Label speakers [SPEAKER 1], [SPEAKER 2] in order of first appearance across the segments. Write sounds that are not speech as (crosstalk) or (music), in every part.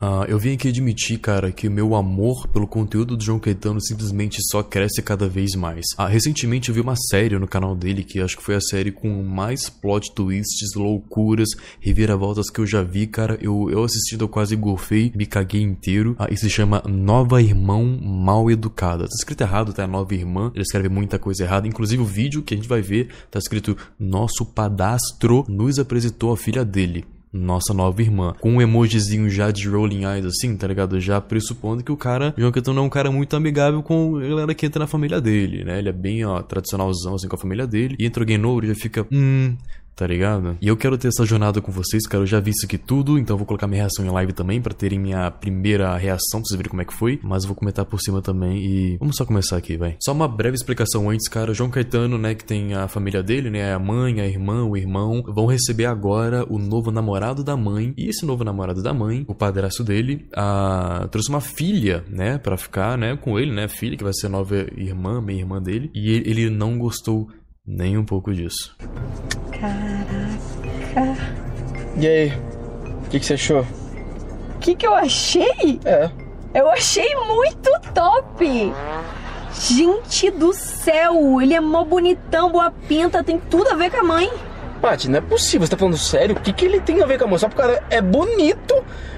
[SPEAKER 1] Ah, eu vim aqui admitir, cara, que o meu amor pelo conteúdo do João Caetano simplesmente só cresce cada vez mais. Ah, recentemente eu vi uma série no canal dele que acho que foi a série com mais plot twists, loucuras, reviravoltas que eu já vi, cara. Eu, eu assistindo eu quase gorfei, me caguei inteiro. Ah, e se chama Nova Irmão Mal Educada. Tá escrito errado, tá? Nova Irmã. Ele escreve muita coisa errada. Inclusive o vídeo que a gente vai ver tá escrito Nosso Padastro nos apresentou a filha dele nossa nova irmã. Com um emojizinho já de rolling eyes, assim, tá ligado? Já pressupondo que o cara, João Quintão, é um cara muito amigável com a galera que entra na família dele, né? Ele é bem, ó, tradicionalzão, assim, com a família dele. E entra alguém novo, já fica, hum, tá ligado? E eu quero ter essa jornada com vocês, cara. Eu já vi isso aqui tudo, então eu vou colocar minha reação em live também para terem minha primeira reação, pra vocês verem como é que foi. Mas eu vou comentar por cima também e vamos só começar aqui, vai. Só uma breve explicação antes, cara. João Caetano, né, que tem a família dele, né, a mãe, a irmã, o irmão, vão receber agora o novo namorado da mãe. E esse novo namorado da mãe, o padrasto dele, a... trouxe uma filha, né, para ficar, né, com ele, né, filha que vai ser a nova irmã, meia irmã dele. E ele não gostou nem um pouco disso.
[SPEAKER 2] Caraca.
[SPEAKER 3] E aí, o que, que você achou?
[SPEAKER 2] O que, que eu achei?
[SPEAKER 3] É,
[SPEAKER 2] Eu achei muito top! Gente do céu, ele é mó bonitão, boa pinta, tem tudo a ver com a mãe.
[SPEAKER 3] Paty, não é possível, você tá falando sério? O que, que ele tem a ver com a mãe? Só porque o cara é bonito,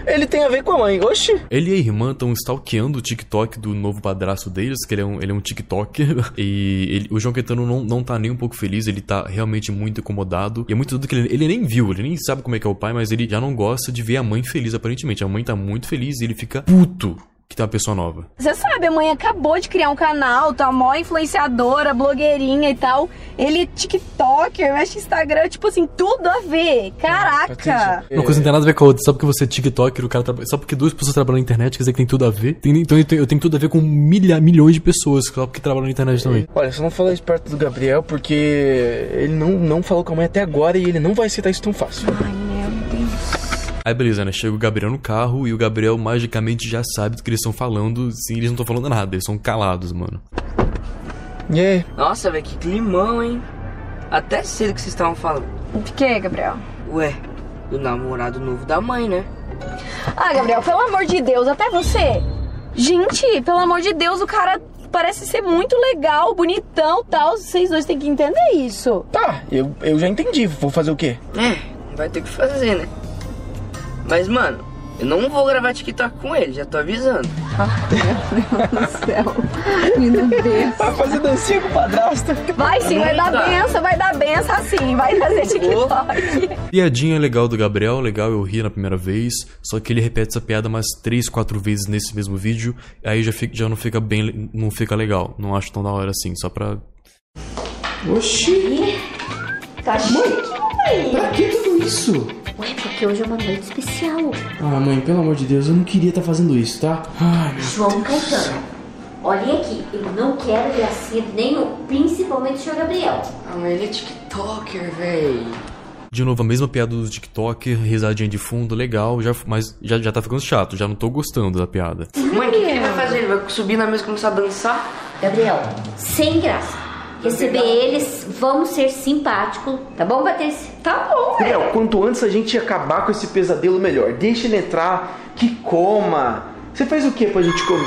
[SPEAKER 3] ele tem a ver com a mãe. Oxi,
[SPEAKER 1] Ele e a irmã estão stalkeando o TikTok do novo padrasto deles, que ele é um, ele é um TikToker. (laughs) E ele- o João Quintano não, não tá nem um pouco feliz, ele tá realmente muito incomodado. E é muito tudo que ele, ele nem viu, ele nem sabe como é que é o pai, mas ele já não gosta de ver a mãe feliz, aparentemente. A mãe tá muito feliz e ele fica puto que tem uma pessoa nova.
[SPEAKER 2] Você sabe, a mãe acabou de criar um canal, tá mó influenciadora, blogueirinha e tal. Ele é TikToker, mexe Instagram, tipo assim, tudo a ver.
[SPEAKER 3] tá,
[SPEAKER 2] Caraca!
[SPEAKER 1] Uma coisa não tem nada a ver com a outra. Só porque você é TikToker, o cara trabalha. Só porque duas pessoas trabalham na internet, quer dizer que tem tudo a ver. Tem- então eu tenho, eu tenho tudo a ver com milha, milhões de pessoas, só porque trabalham na internet também.
[SPEAKER 3] Olha, só não fala isso perto do Gabriel, porque ele não, não falou com a mãe até agora e ele não vai aceitar isso tão fácil.
[SPEAKER 2] Ai, meu Deus.
[SPEAKER 1] Aí beleza, né? Chega o Gabriel no carro e o Gabriel magicamente já sabe do que eles estão falando. Sim, eles não estão falando nada, eles são calados, mano.
[SPEAKER 3] E aí,
[SPEAKER 4] Nossa, velho, que climão, hein? Até cedo que vocês estavam falando.
[SPEAKER 2] O que, Gabriel?
[SPEAKER 4] Ué, do namorado novo da mãe, né?
[SPEAKER 2] Ah, Gabriel, pelo amor de Deus, até você. Gente, pelo amor de Deus, o cara parece ser muito legal, bonitão e tal. Vocês dois têm que entender isso.
[SPEAKER 3] tá, eu, eu já entendi, vou fazer o quê?
[SPEAKER 4] É, vai ter que fazer, né? Mas, mano, eu não vou gravar TikTok com ele, já tô avisando.
[SPEAKER 3] Vai fazer dancinha com o padrasto.
[SPEAKER 2] Vai sim, vai dar
[SPEAKER 4] Nunca.
[SPEAKER 2] benção, vai dar benção assim, vai fazer TikTok.
[SPEAKER 1] Piadinha legal do Gabriel, legal, eu ri na primeira vez. Só que ele repete essa piada mais três, quatro vezes nesse mesmo vídeo. Aí já, fica- já não fica bem. le- Não fica legal. Não acho tão da hora assim, só pra.
[SPEAKER 5] Tá chique.
[SPEAKER 3] Pra que tudo isso?
[SPEAKER 5] Ué, porque hoje é uma noite especial.
[SPEAKER 3] Ah, mãe, pelo amor de Deus, eu não queria estar fazendo isso, tá? Ai,
[SPEAKER 5] João Caetano. Olhem aqui, eu não quero gracinha nenhum, principalmente o senhor Gabriel.
[SPEAKER 4] Ah, mas ele é TikToker, velho.
[SPEAKER 1] De novo, a mesma piada do TikTok, risadinha de fundo, legal, já, mas já, já tá ficando chato, já não tô gostando da piada.
[SPEAKER 4] Mãe, o que, que ele vai fazer? Ele vai subir na mesa e começar a dançar?
[SPEAKER 5] Gabriel, sem graça. Receber eles, vamos ser simpáticos, tá bom, Patrícia? Tá bom,
[SPEAKER 3] Gabriel, quanto antes a gente acabar com esse pesadelo, melhor. Deixa ele entrar, que coma. Você faz o que pra gente comer?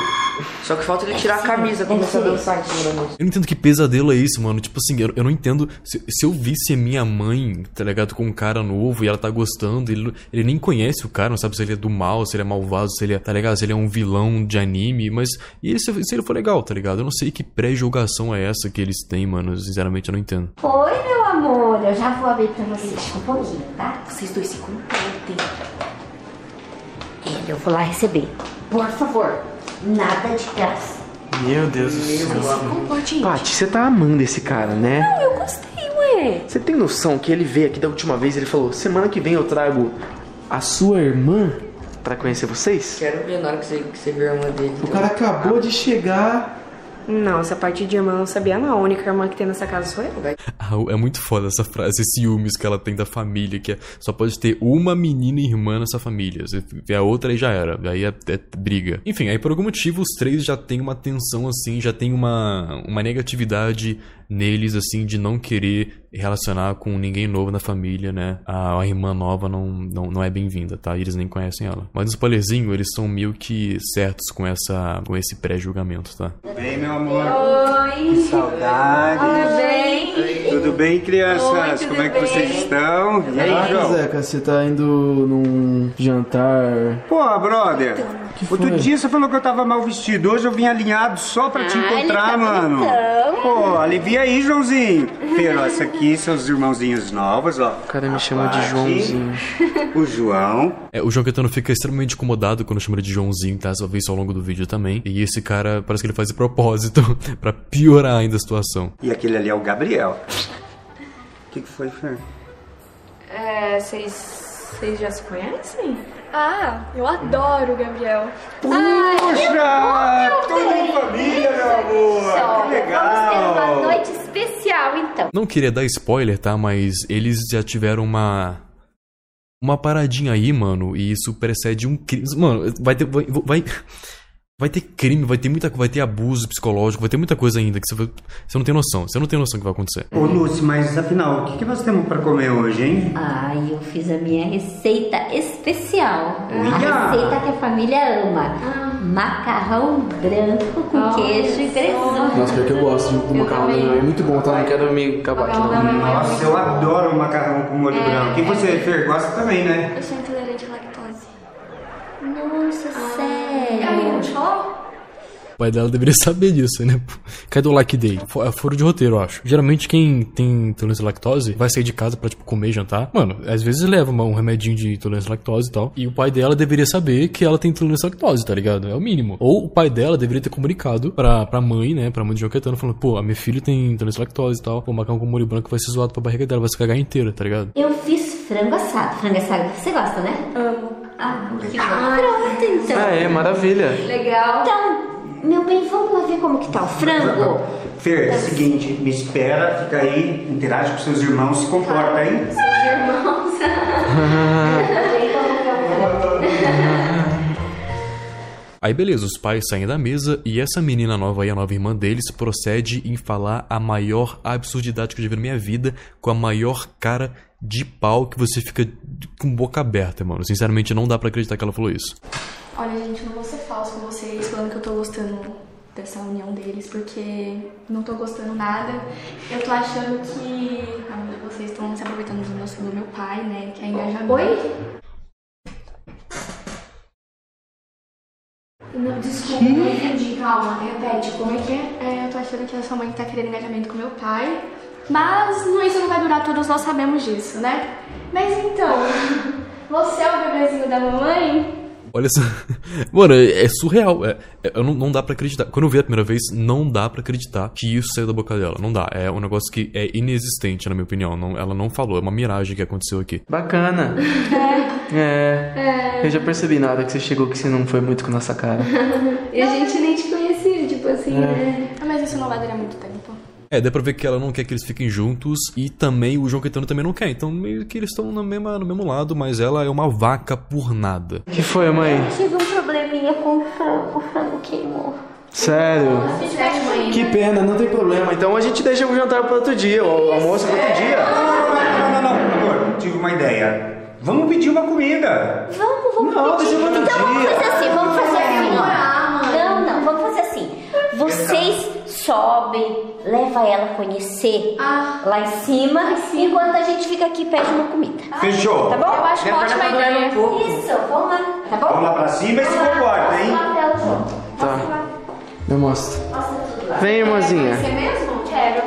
[SPEAKER 4] Só que falta ele tirar a camisa e começar a dançar em cima da mesa.
[SPEAKER 1] Eu não entendo que pesadelo é isso, mano. Tipo assim, eu, eu não entendo. Se, se eu visse a minha mãe, tá ligado, com um cara novo e ela tá gostando, ele, ele nem conhece o cara, não sabe se ele é do mal, se ele é malvado, se ele é, tá ligado, se ele é um vilão de anime, mas. E ele, se, se ele for legal, tá ligado? Eu não sei que pré-julgação é essa que eles têm, mano. Sinceramente, eu não entendo.
[SPEAKER 5] Oi, meu amor, eu já vou abrir pra vocês um pouquinho, tá?
[SPEAKER 4] Vocês dois se comportem.
[SPEAKER 5] É, Eu vou lá receber. Por favor, nada de graça.
[SPEAKER 3] Meu Deus do céu. Paty, você tá amando esse cara, né?
[SPEAKER 2] um Eu gostei, ué.
[SPEAKER 3] Você tem noção que ele veio aqui da última vez e ele falou: Semana que vem eu trago a sua irmã pra conhecer vocês?
[SPEAKER 4] Quero ver na hora que você, que você ver a irmã dele. então.
[SPEAKER 3] O cara acabou de chegar.
[SPEAKER 6] Não, essa parte de irmã eu não sabia não. A única irmã que tem nessa casa sou eu.
[SPEAKER 1] (laughs) Ah, é muito foda essa frase, esses ciúmes que ela tem da família, que é, só pode ter uma menina irmã nessa família. Se tiver a outra, aí já era. Aí é, é briga. Enfim, aí por algum motivo os três já têm uma tensão assim, já tem uma, uma negatividade neles, assim, de não querer relacionar com ninguém novo na família, né? A, a irmã nova não, não, não é bem-vinda, tá? E eles nem conhecem ela. Mas no spoilerzinho, eles são meio que certos com, essa, com esse pré-julgamento, tá?
[SPEAKER 7] Bem, meu amor.
[SPEAKER 5] Oi,
[SPEAKER 7] Saudades.
[SPEAKER 5] bem?
[SPEAKER 7] Tudo bem, crianças?
[SPEAKER 5] Oi,
[SPEAKER 7] Como é que
[SPEAKER 5] tudo
[SPEAKER 7] vocês
[SPEAKER 5] bem?
[SPEAKER 7] estão? E aí,
[SPEAKER 3] Ah,
[SPEAKER 7] João?
[SPEAKER 3] Zeca, você tá indo num jantar.
[SPEAKER 7] Pô, brother. Outro
[SPEAKER 3] foi?
[SPEAKER 7] dia você falou que eu tava mal vestido. Hoje eu vim alinhado só pra te
[SPEAKER 5] Ah, ele
[SPEAKER 7] encontrar,
[SPEAKER 5] tá
[SPEAKER 7] mano.
[SPEAKER 5] bonitão.
[SPEAKER 7] Pô, alivia aí, Joãozinho. Pero, essa aqui são os irmãozinhos novos, ó.
[SPEAKER 3] O cara me
[SPEAKER 7] A
[SPEAKER 3] chama de
[SPEAKER 7] Paty,
[SPEAKER 3] Joãozinho.
[SPEAKER 7] O João.
[SPEAKER 1] É, o João Caetano fica extremamente incomodado quando chama ele de Joãozinho, tá? Só vê isso ao longo do vídeo também. E esse cara parece que ele faz de propósito (laughs) pra piorar ainda a situação.
[SPEAKER 7] E aquele ali é o Gabriel. O que, que foi, Fer?
[SPEAKER 6] É, vocês. Vocês já se conhecem?
[SPEAKER 8] Ah, eu adoro o Gabriel.
[SPEAKER 7] Puxa! Tudo em família, meu amor! Que
[SPEAKER 5] Vamos ter uma
[SPEAKER 7] legal!
[SPEAKER 5] noite especial, então.
[SPEAKER 1] Não queria dar spoiler, tá? Mas eles já tiveram uma. Uma paradinha aí, mano. E isso precede um crime. Mano, vai ter. Vai. vai... vai ter crime, vai ter muita vai ter abuso psicológico, vai ter muita coisa ainda que você, vai- você não tem noção. Você não tem noção do que vai acontecer.
[SPEAKER 7] Ô, Lúcio, mas afinal, o que, que nós temos pra comer hoje, hein?
[SPEAKER 5] Ai, eu fiz a minha receita especial. A
[SPEAKER 7] Olha!
[SPEAKER 5] receita que a família ama. Macarrão branco com queijo e presunto.
[SPEAKER 3] Nossa, pior que eu gosto de um macarrão da minha mãe. É muito bom, tá? Não quero me acabar aqui, não.
[SPEAKER 7] Nossa, eu adoro um macarrão com molho branco. E você, Fer, gosta também, né?
[SPEAKER 8] Eu sou intolerante à lactose.
[SPEAKER 5] Nossa,
[SPEAKER 8] Ai,
[SPEAKER 5] sério.
[SPEAKER 8] não te falar?
[SPEAKER 1] O pai dela deveria (laughs) saber disso, né? Pô, Cadê o like day? Fo- É furo de roteiro, eu acho. Geralmente quem tem intolerância à lactose vai sair de casa pra, tipo, comer, jantar. Mano, às vezes leva uma- um remedinho de intolerância à lactose e tal. E o pai dela deveria saber que ela tem intolerância à lactose, tá ligado? É o mínimo. Ou o pai dela deveria ter comunicado pra, pra mãe, né? Pra mãe do João Caetano, falando, pô, a minha filha tem intolerância à lactose e tal. Pô, o macarrão com molho branco vai ser zoado pra barriga dela, vai se cagar inteira, tá ligado?
[SPEAKER 5] Eu fiz frango assado. Frango assado, você gosta, né? Amo. Ah, que pronto, então.
[SPEAKER 3] Ah, é, maravilha.
[SPEAKER 5] Legal. Então, meu bem, vamos lá ver como que tá o frango.
[SPEAKER 7] Fer, é o seguinte, me espera, fica aí, interage com seus irmãos, se comporta, hein?
[SPEAKER 5] Irmãos.
[SPEAKER 1] Aí beleza, os pais saem da mesa e essa menina nova aí, a nova irmã deles, procede em falar a maior absurdidade que eu já vi na minha vida, com a maior cara de pau que você fica com boca aberta, mano. Sinceramente, não dá pra acreditar que ela falou isso.
[SPEAKER 8] Olha, gente, não vou ser falso com vocês falando que eu tô gostando dessa união deles, porque não tô gostando nada. Eu tô achando que a mãe de vocês estão se aproveitando do meu, do meu pai, né? Que é engajamento. Oi? Não, desculpa, não entendi, calma, repete, como é que é? Eu tô achando que a sua mãe tá querendo engajamento com meu pai, mas não, isso não vai durar, todos nós sabemos disso, né? Mas (laughs) então, você é o bebezinho da mamãe?
[SPEAKER 1] Olha só. (laughs) Mano, é é surreal. É, é- eu não, não dá pra acreditar. Quando eu vi a primeira vez, não dá pra acreditar que isso saiu da boca dela. Não dá. É um negócio que é inexistente, na minha opinião. Não- ela não falou. É uma miragem que aconteceu aqui.
[SPEAKER 3] Bacana. É. Eu já percebi nada que você chegou que você não foi muito com a nossa
[SPEAKER 5] (laughs)
[SPEAKER 3] cara.
[SPEAKER 8] E a gente nem te conhecia, tipo assim, né? Ah, mas isso não vai durar muito tempo.
[SPEAKER 1] É, dá pra ver que ela não quer que eles fiquem juntos e também o João Caetano também não quer. Então meio que eles estão no mesmo, no mesmo lado, mas ela é uma vaca por nada.
[SPEAKER 3] que foi, mãe?
[SPEAKER 5] Tive um probleminha com o frango. O frango queimou. Ah,
[SPEAKER 3] Sério? Que pena, não tem problema. Então a gente deixa o jantar para outro dia, o almoço para outro
[SPEAKER 5] Ah,
[SPEAKER 3] dia.
[SPEAKER 7] Não, não, não, não, é amor, tive uma ideia. Vamos pedir uma comida.
[SPEAKER 5] Vamos, vamos
[SPEAKER 3] Não,
[SPEAKER 5] pedir.
[SPEAKER 3] deixa pra outro
[SPEAKER 5] Então vamos
[SPEAKER 3] dia.
[SPEAKER 5] fazer assim, vamos fazer assim. ó. Não, não, vamos fazer assim. Vocês sobem, leva ela a conhecer Ah. lá em cima, enquanto a gente fica aqui e pede uma comida.
[SPEAKER 7] Fechou.
[SPEAKER 5] Tá bom?
[SPEAKER 8] Eu acho uma ótima ideia.
[SPEAKER 5] Isso, vamos lá, tá bom?
[SPEAKER 7] um Vamos lá pra cima e se
[SPEAKER 5] Vamos lá,
[SPEAKER 7] comporta, hein?
[SPEAKER 5] vamos lá até o jogo.
[SPEAKER 3] Tá. Eu mostro. Vem, irmãzinha.
[SPEAKER 8] Você mesmo? Quero.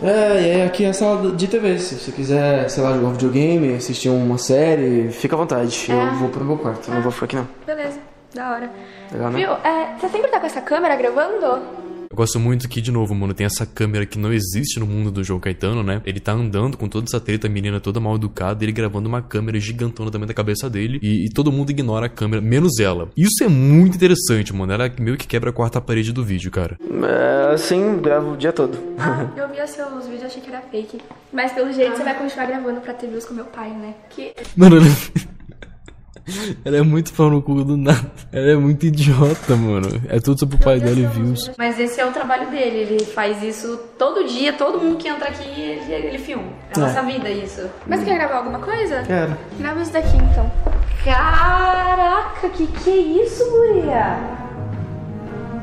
[SPEAKER 3] É, e aí aqui é a sala de TV. Se você quiser, sei lá, jogar um videogame, assistir uma série, fica à
[SPEAKER 5] É.
[SPEAKER 3] vontade. Eu vou pro meu quarto, eu não vou ficar aqui não.
[SPEAKER 8] Beleza, da hora.
[SPEAKER 3] Legal, né?
[SPEAKER 8] Viu, é, você sempre tá com essa câmera gravando?
[SPEAKER 1] Eu gosto muito que, de novo, mano, tem essa câmera que não existe no mundo do João Caetano, né? Ele tá andando com toda essa treta, a menina toda mal educada, ele gravando uma câmera gigantona também da cabeça dele e, e todo mundo ignora a câmera, menos ela. Isso é muito interessante, mano. Ela meio que quebra a quarta parede do vídeo, cara. (laughs)
[SPEAKER 3] É, assim, gravo o dia todo.
[SPEAKER 8] Ah, eu via seus vídeos, achei que era fake.
[SPEAKER 2] Ah.
[SPEAKER 8] Mas pelo jeito você vai continuar gravando pra ter views com meu pai, né? Que
[SPEAKER 1] Mano, é- (laughs) Ela é muito pau no cu do nada. Ela é muito idiota, mano. É tudo sobre o pai dela e views.
[SPEAKER 9] Mas esse é o trabalho dele, ele faz isso todo dia, todo mundo que entra aqui, ele, ele filma. É a nossa vida isso.
[SPEAKER 8] Mas quer gravar alguma coisa?
[SPEAKER 3] Quero.
[SPEAKER 8] Grava isso daqui então.
[SPEAKER 9] Caraca, que que é isso, guria?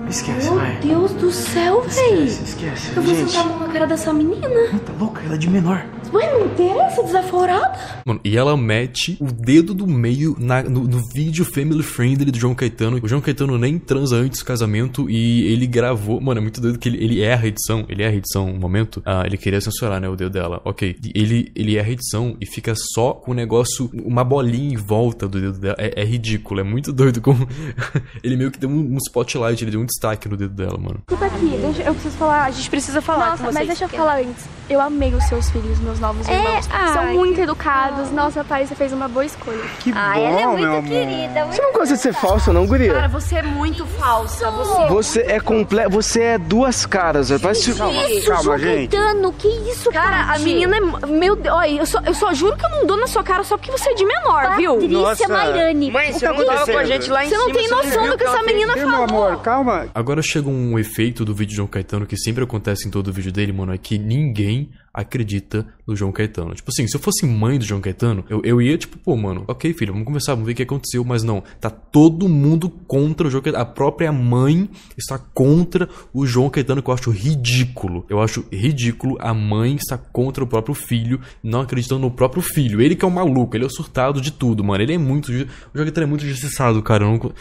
[SPEAKER 3] Esquece, vai.
[SPEAKER 9] Deus do céu, véi!
[SPEAKER 3] Esquece, esquece.
[SPEAKER 9] Eu vou
[SPEAKER 3] Gente,
[SPEAKER 9] sentar a mão na cara dessa menina.
[SPEAKER 3] tá louca? Ela é de menor.
[SPEAKER 9] Mas não interessa, desaforada.
[SPEAKER 1] Mano, e ela mete o dedo do meio na- no, no vídeo family friendly do João Caetano. O João Caetano nem transa antes do casamento e ele gravou. Mano, é muito doido que ele, ele erra a edição. Ele erra a edição um momento. Ah, ele queria censurar, né? O dedo dela. Ok. E Ele, ele erra a edição e fica só com o negócio, uma bolinha em volta do dedo dela. É, é ridículo, é muito doido como. (laughs) ele meio que deu um, um spotlight, ele deu um destaque no dedo dela, mano.
[SPEAKER 8] Escuta aqui, deixa, eu preciso falar.
[SPEAKER 9] A gente precisa falar
[SPEAKER 8] Nossa, mas deixa eu falar antes. É? Eu amei os seus filhos, meus novos irmãos. São
[SPEAKER 9] ai,
[SPEAKER 8] muito educados. Nossa, Thaís, você fez uma boa escolha.
[SPEAKER 3] Que
[SPEAKER 5] Ah,
[SPEAKER 3] bom,
[SPEAKER 5] ela é
[SPEAKER 3] meu
[SPEAKER 5] muito
[SPEAKER 3] amor.
[SPEAKER 5] querida.
[SPEAKER 3] Você
[SPEAKER 5] Muito...
[SPEAKER 3] não gosta de ser falsa, não, guria?
[SPEAKER 9] Cara, você é muito falsa. Você...
[SPEAKER 3] Você é completo. Você é duas caras, velho. Parece.
[SPEAKER 5] Isso,
[SPEAKER 7] Calma,
[SPEAKER 5] João
[SPEAKER 7] gente.
[SPEAKER 5] Caetano, que isso,
[SPEAKER 9] Cara, a
[SPEAKER 5] Paty?
[SPEAKER 9] menina é. mu- Meu Deus, olha, eu só, eu só juro que eu não dou na sua cara só porque você é de menor, viu?
[SPEAKER 5] Patrícia
[SPEAKER 7] Nossa.
[SPEAKER 5] Mairani.
[SPEAKER 4] Mãe,
[SPEAKER 5] O
[SPEAKER 4] você não
[SPEAKER 5] que-
[SPEAKER 4] tava com a gente lá em
[SPEAKER 9] Você
[SPEAKER 4] cima.
[SPEAKER 9] não tem
[SPEAKER 4] não
[SPEAKER 9] noção
[SPEAKER 4] viu
[SPEAKER 9] do que
[SPEAKER 4] ela
[SPEAKER 9] essa
[SPEAKER 4] fez?
[SPEAKER 9] menina
[SPEAKER 7] Ih, meu
[SPEAKER 9] falou.
[SPEAKER 7] amor, calma.
[SPEAKER 1] Agora chega um efeito do vídeo de João Caetano que sempre acontece em todo vídeo dele, mano, é que ninguém acredita no João Caetano. Tipo assim, se eu fosse mãe do João Caetano, eu, eu ia tipo, pô, mano, ok, filho, vamos conversar, vamos ver o que aconteceu, mas não, tá todo mundo contra o João Caetano. A própria mãe está contra o João Caetano, que eu acho ridículo. Eu acho ridículo a mãe estar contra o próprio filho, não acreditando no próprio filho. Ele que é o maluco, ele é o surtado de tudo, mano. Ele é muito. ju- O João Caetano é muito injustiçado, cara. (laughs) Eu não. co-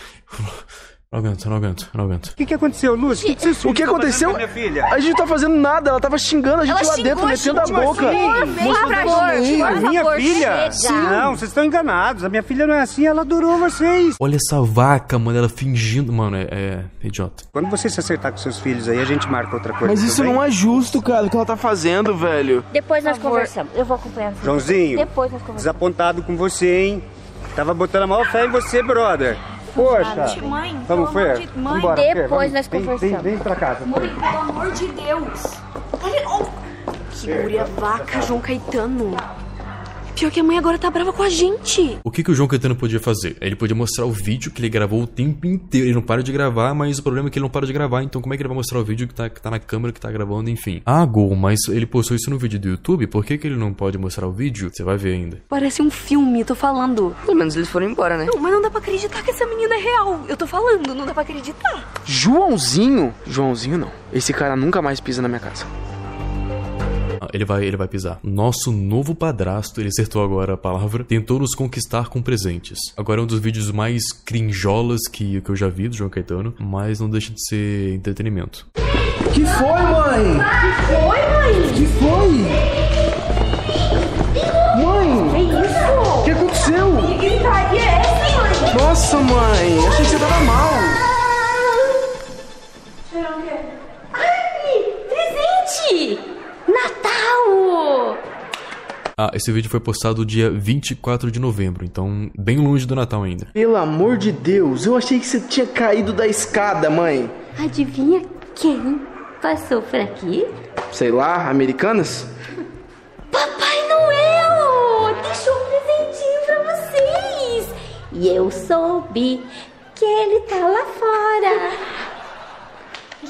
[SPEAKER 1] Não aguento, não aguento, não aguento.
[SPEAKER 7] O que, que aconteceu, Lúcio? O que, vocês
[SPEAKER 3] O que
[SPEAKER 7] estão fazendo
[SPEAKER 3] aconteceu?
[SPEAKER 7] com a Minha filha?
[SPEAKER 3] A gente não tá fazendo nada, ela tava xingando a gente lá dentro, metendo a boca.
[SPEAKER 7] A minha filha?
[SPEAKER 5] chega.
[SPEAKER 7] Não, vocês estão enganados. A minha filha não é assim, ela adorou vocês.
[SPEAKER 1] Olha essa vaca, mano, ela fingindo. Mano, é, é idiota.
[SPEAKER 7] Quando você se acertar com seus filhos aí, a gente marca outra coisa.
[SPEAKER 3] Mas isso
[SPEAKER 7] tudo bem?
[SPEAKER 3] não é justo, cara, o que ela tá fazendo, velho.
[SPEAKER 5] Depois nós conversamos. Eu vou acompanhar. você.
[SPEAKER 7] Joãozinho.
[SPEAKER 5] Depois nós conversamos.
[SPEAKER 7] Desapontado com você, hein? Tava botando a maior fé em você, brother. Poxa.
[SPEAKER 9] Mãe,
[SPEAKER 7] Vamos,
[SPEAKER 9] pelo amor
[SPEAKER 7] Fer.
[SPEAKER 9] de- Mãe,
[SPEAKER 7] Vambora, Fer,
[SPEAKER 5] depois
[SPEAKER 7] vamos.
[SPEAKER 5] nós
[SPEAKER 7] Vem-
[SPEAKER 5] conversamos.
[SPEAKER 7] Vem, vem pra casa. Fer.
[SPEAKER 9] pelo amor de Deus. Olha, ó, que guria vaca, João Caetano. Pior que a mãe agora tá brava com a gente.
[SPEAKER 1] O que, que o João Caetano podia fazer? Ele podia mostrar o vídeo que ele gravou o tempo inteiro. Ele não para de gravar, mas o problema é que ele não para de gravar. Então, como é que ele vai mostrar o vídeo que tá, que tá na câmera, que tá gravando, enfim? Ah, Gol, mas ele postou isso no vídeo do YouTube. Por que, que ele não pode mostrar o vídeo? Você vai ver ainda.
[SPEAKER 9] Parece um filme, tô falando.
[SPEAKER 4] Pelo menos eles foram embora, né?
[SPEAKER 9] Não, mas não dá pra acreditar que essa menina é real. Eu tô falando, não dá pra acreditar.
[SPEAKER 3] Joãozinho? Joãozinho não. Esse cara nunca mais pisa na minha casa.
[SPEAKER 1] Ah, Ele vai, ele vai pisar. Nosso novo padrasto, ele acertou agora a palavra, tentou nos conquistar com presentes. Agora é um dos vídeos mais crinjolas que, que eu já vi do João Caetano, mas não deixa de ser entretenimento.
[SPEAKER 3] Que foi, mãe? Que foi, mãe? Que foi? Mãe, o que aconteceu?
[SPEAKER 5] gritaria é essa, mãe?
[SPEAKER 3] Nossa, mãe, achei que você tava mal.
[SPEAKER 5] Ai, presente! Natal!
[SPEAKER 1] Ah, esse vídeo foi postado dia 24 de novembro, então bem longe do Natal ainda.
[SPEAKER 3] Pelo amor de Deus, eu achei que você tinha caído da escada, mãe.
[SPEAKER 5] Adivinha quem passou por aqui?
[SPEAKER 3] Sei lá, americanas?
[SPEAKER 5] Papai Noel! Deixou um presentinho pra vocês! E eu soube que ele tá lá fora!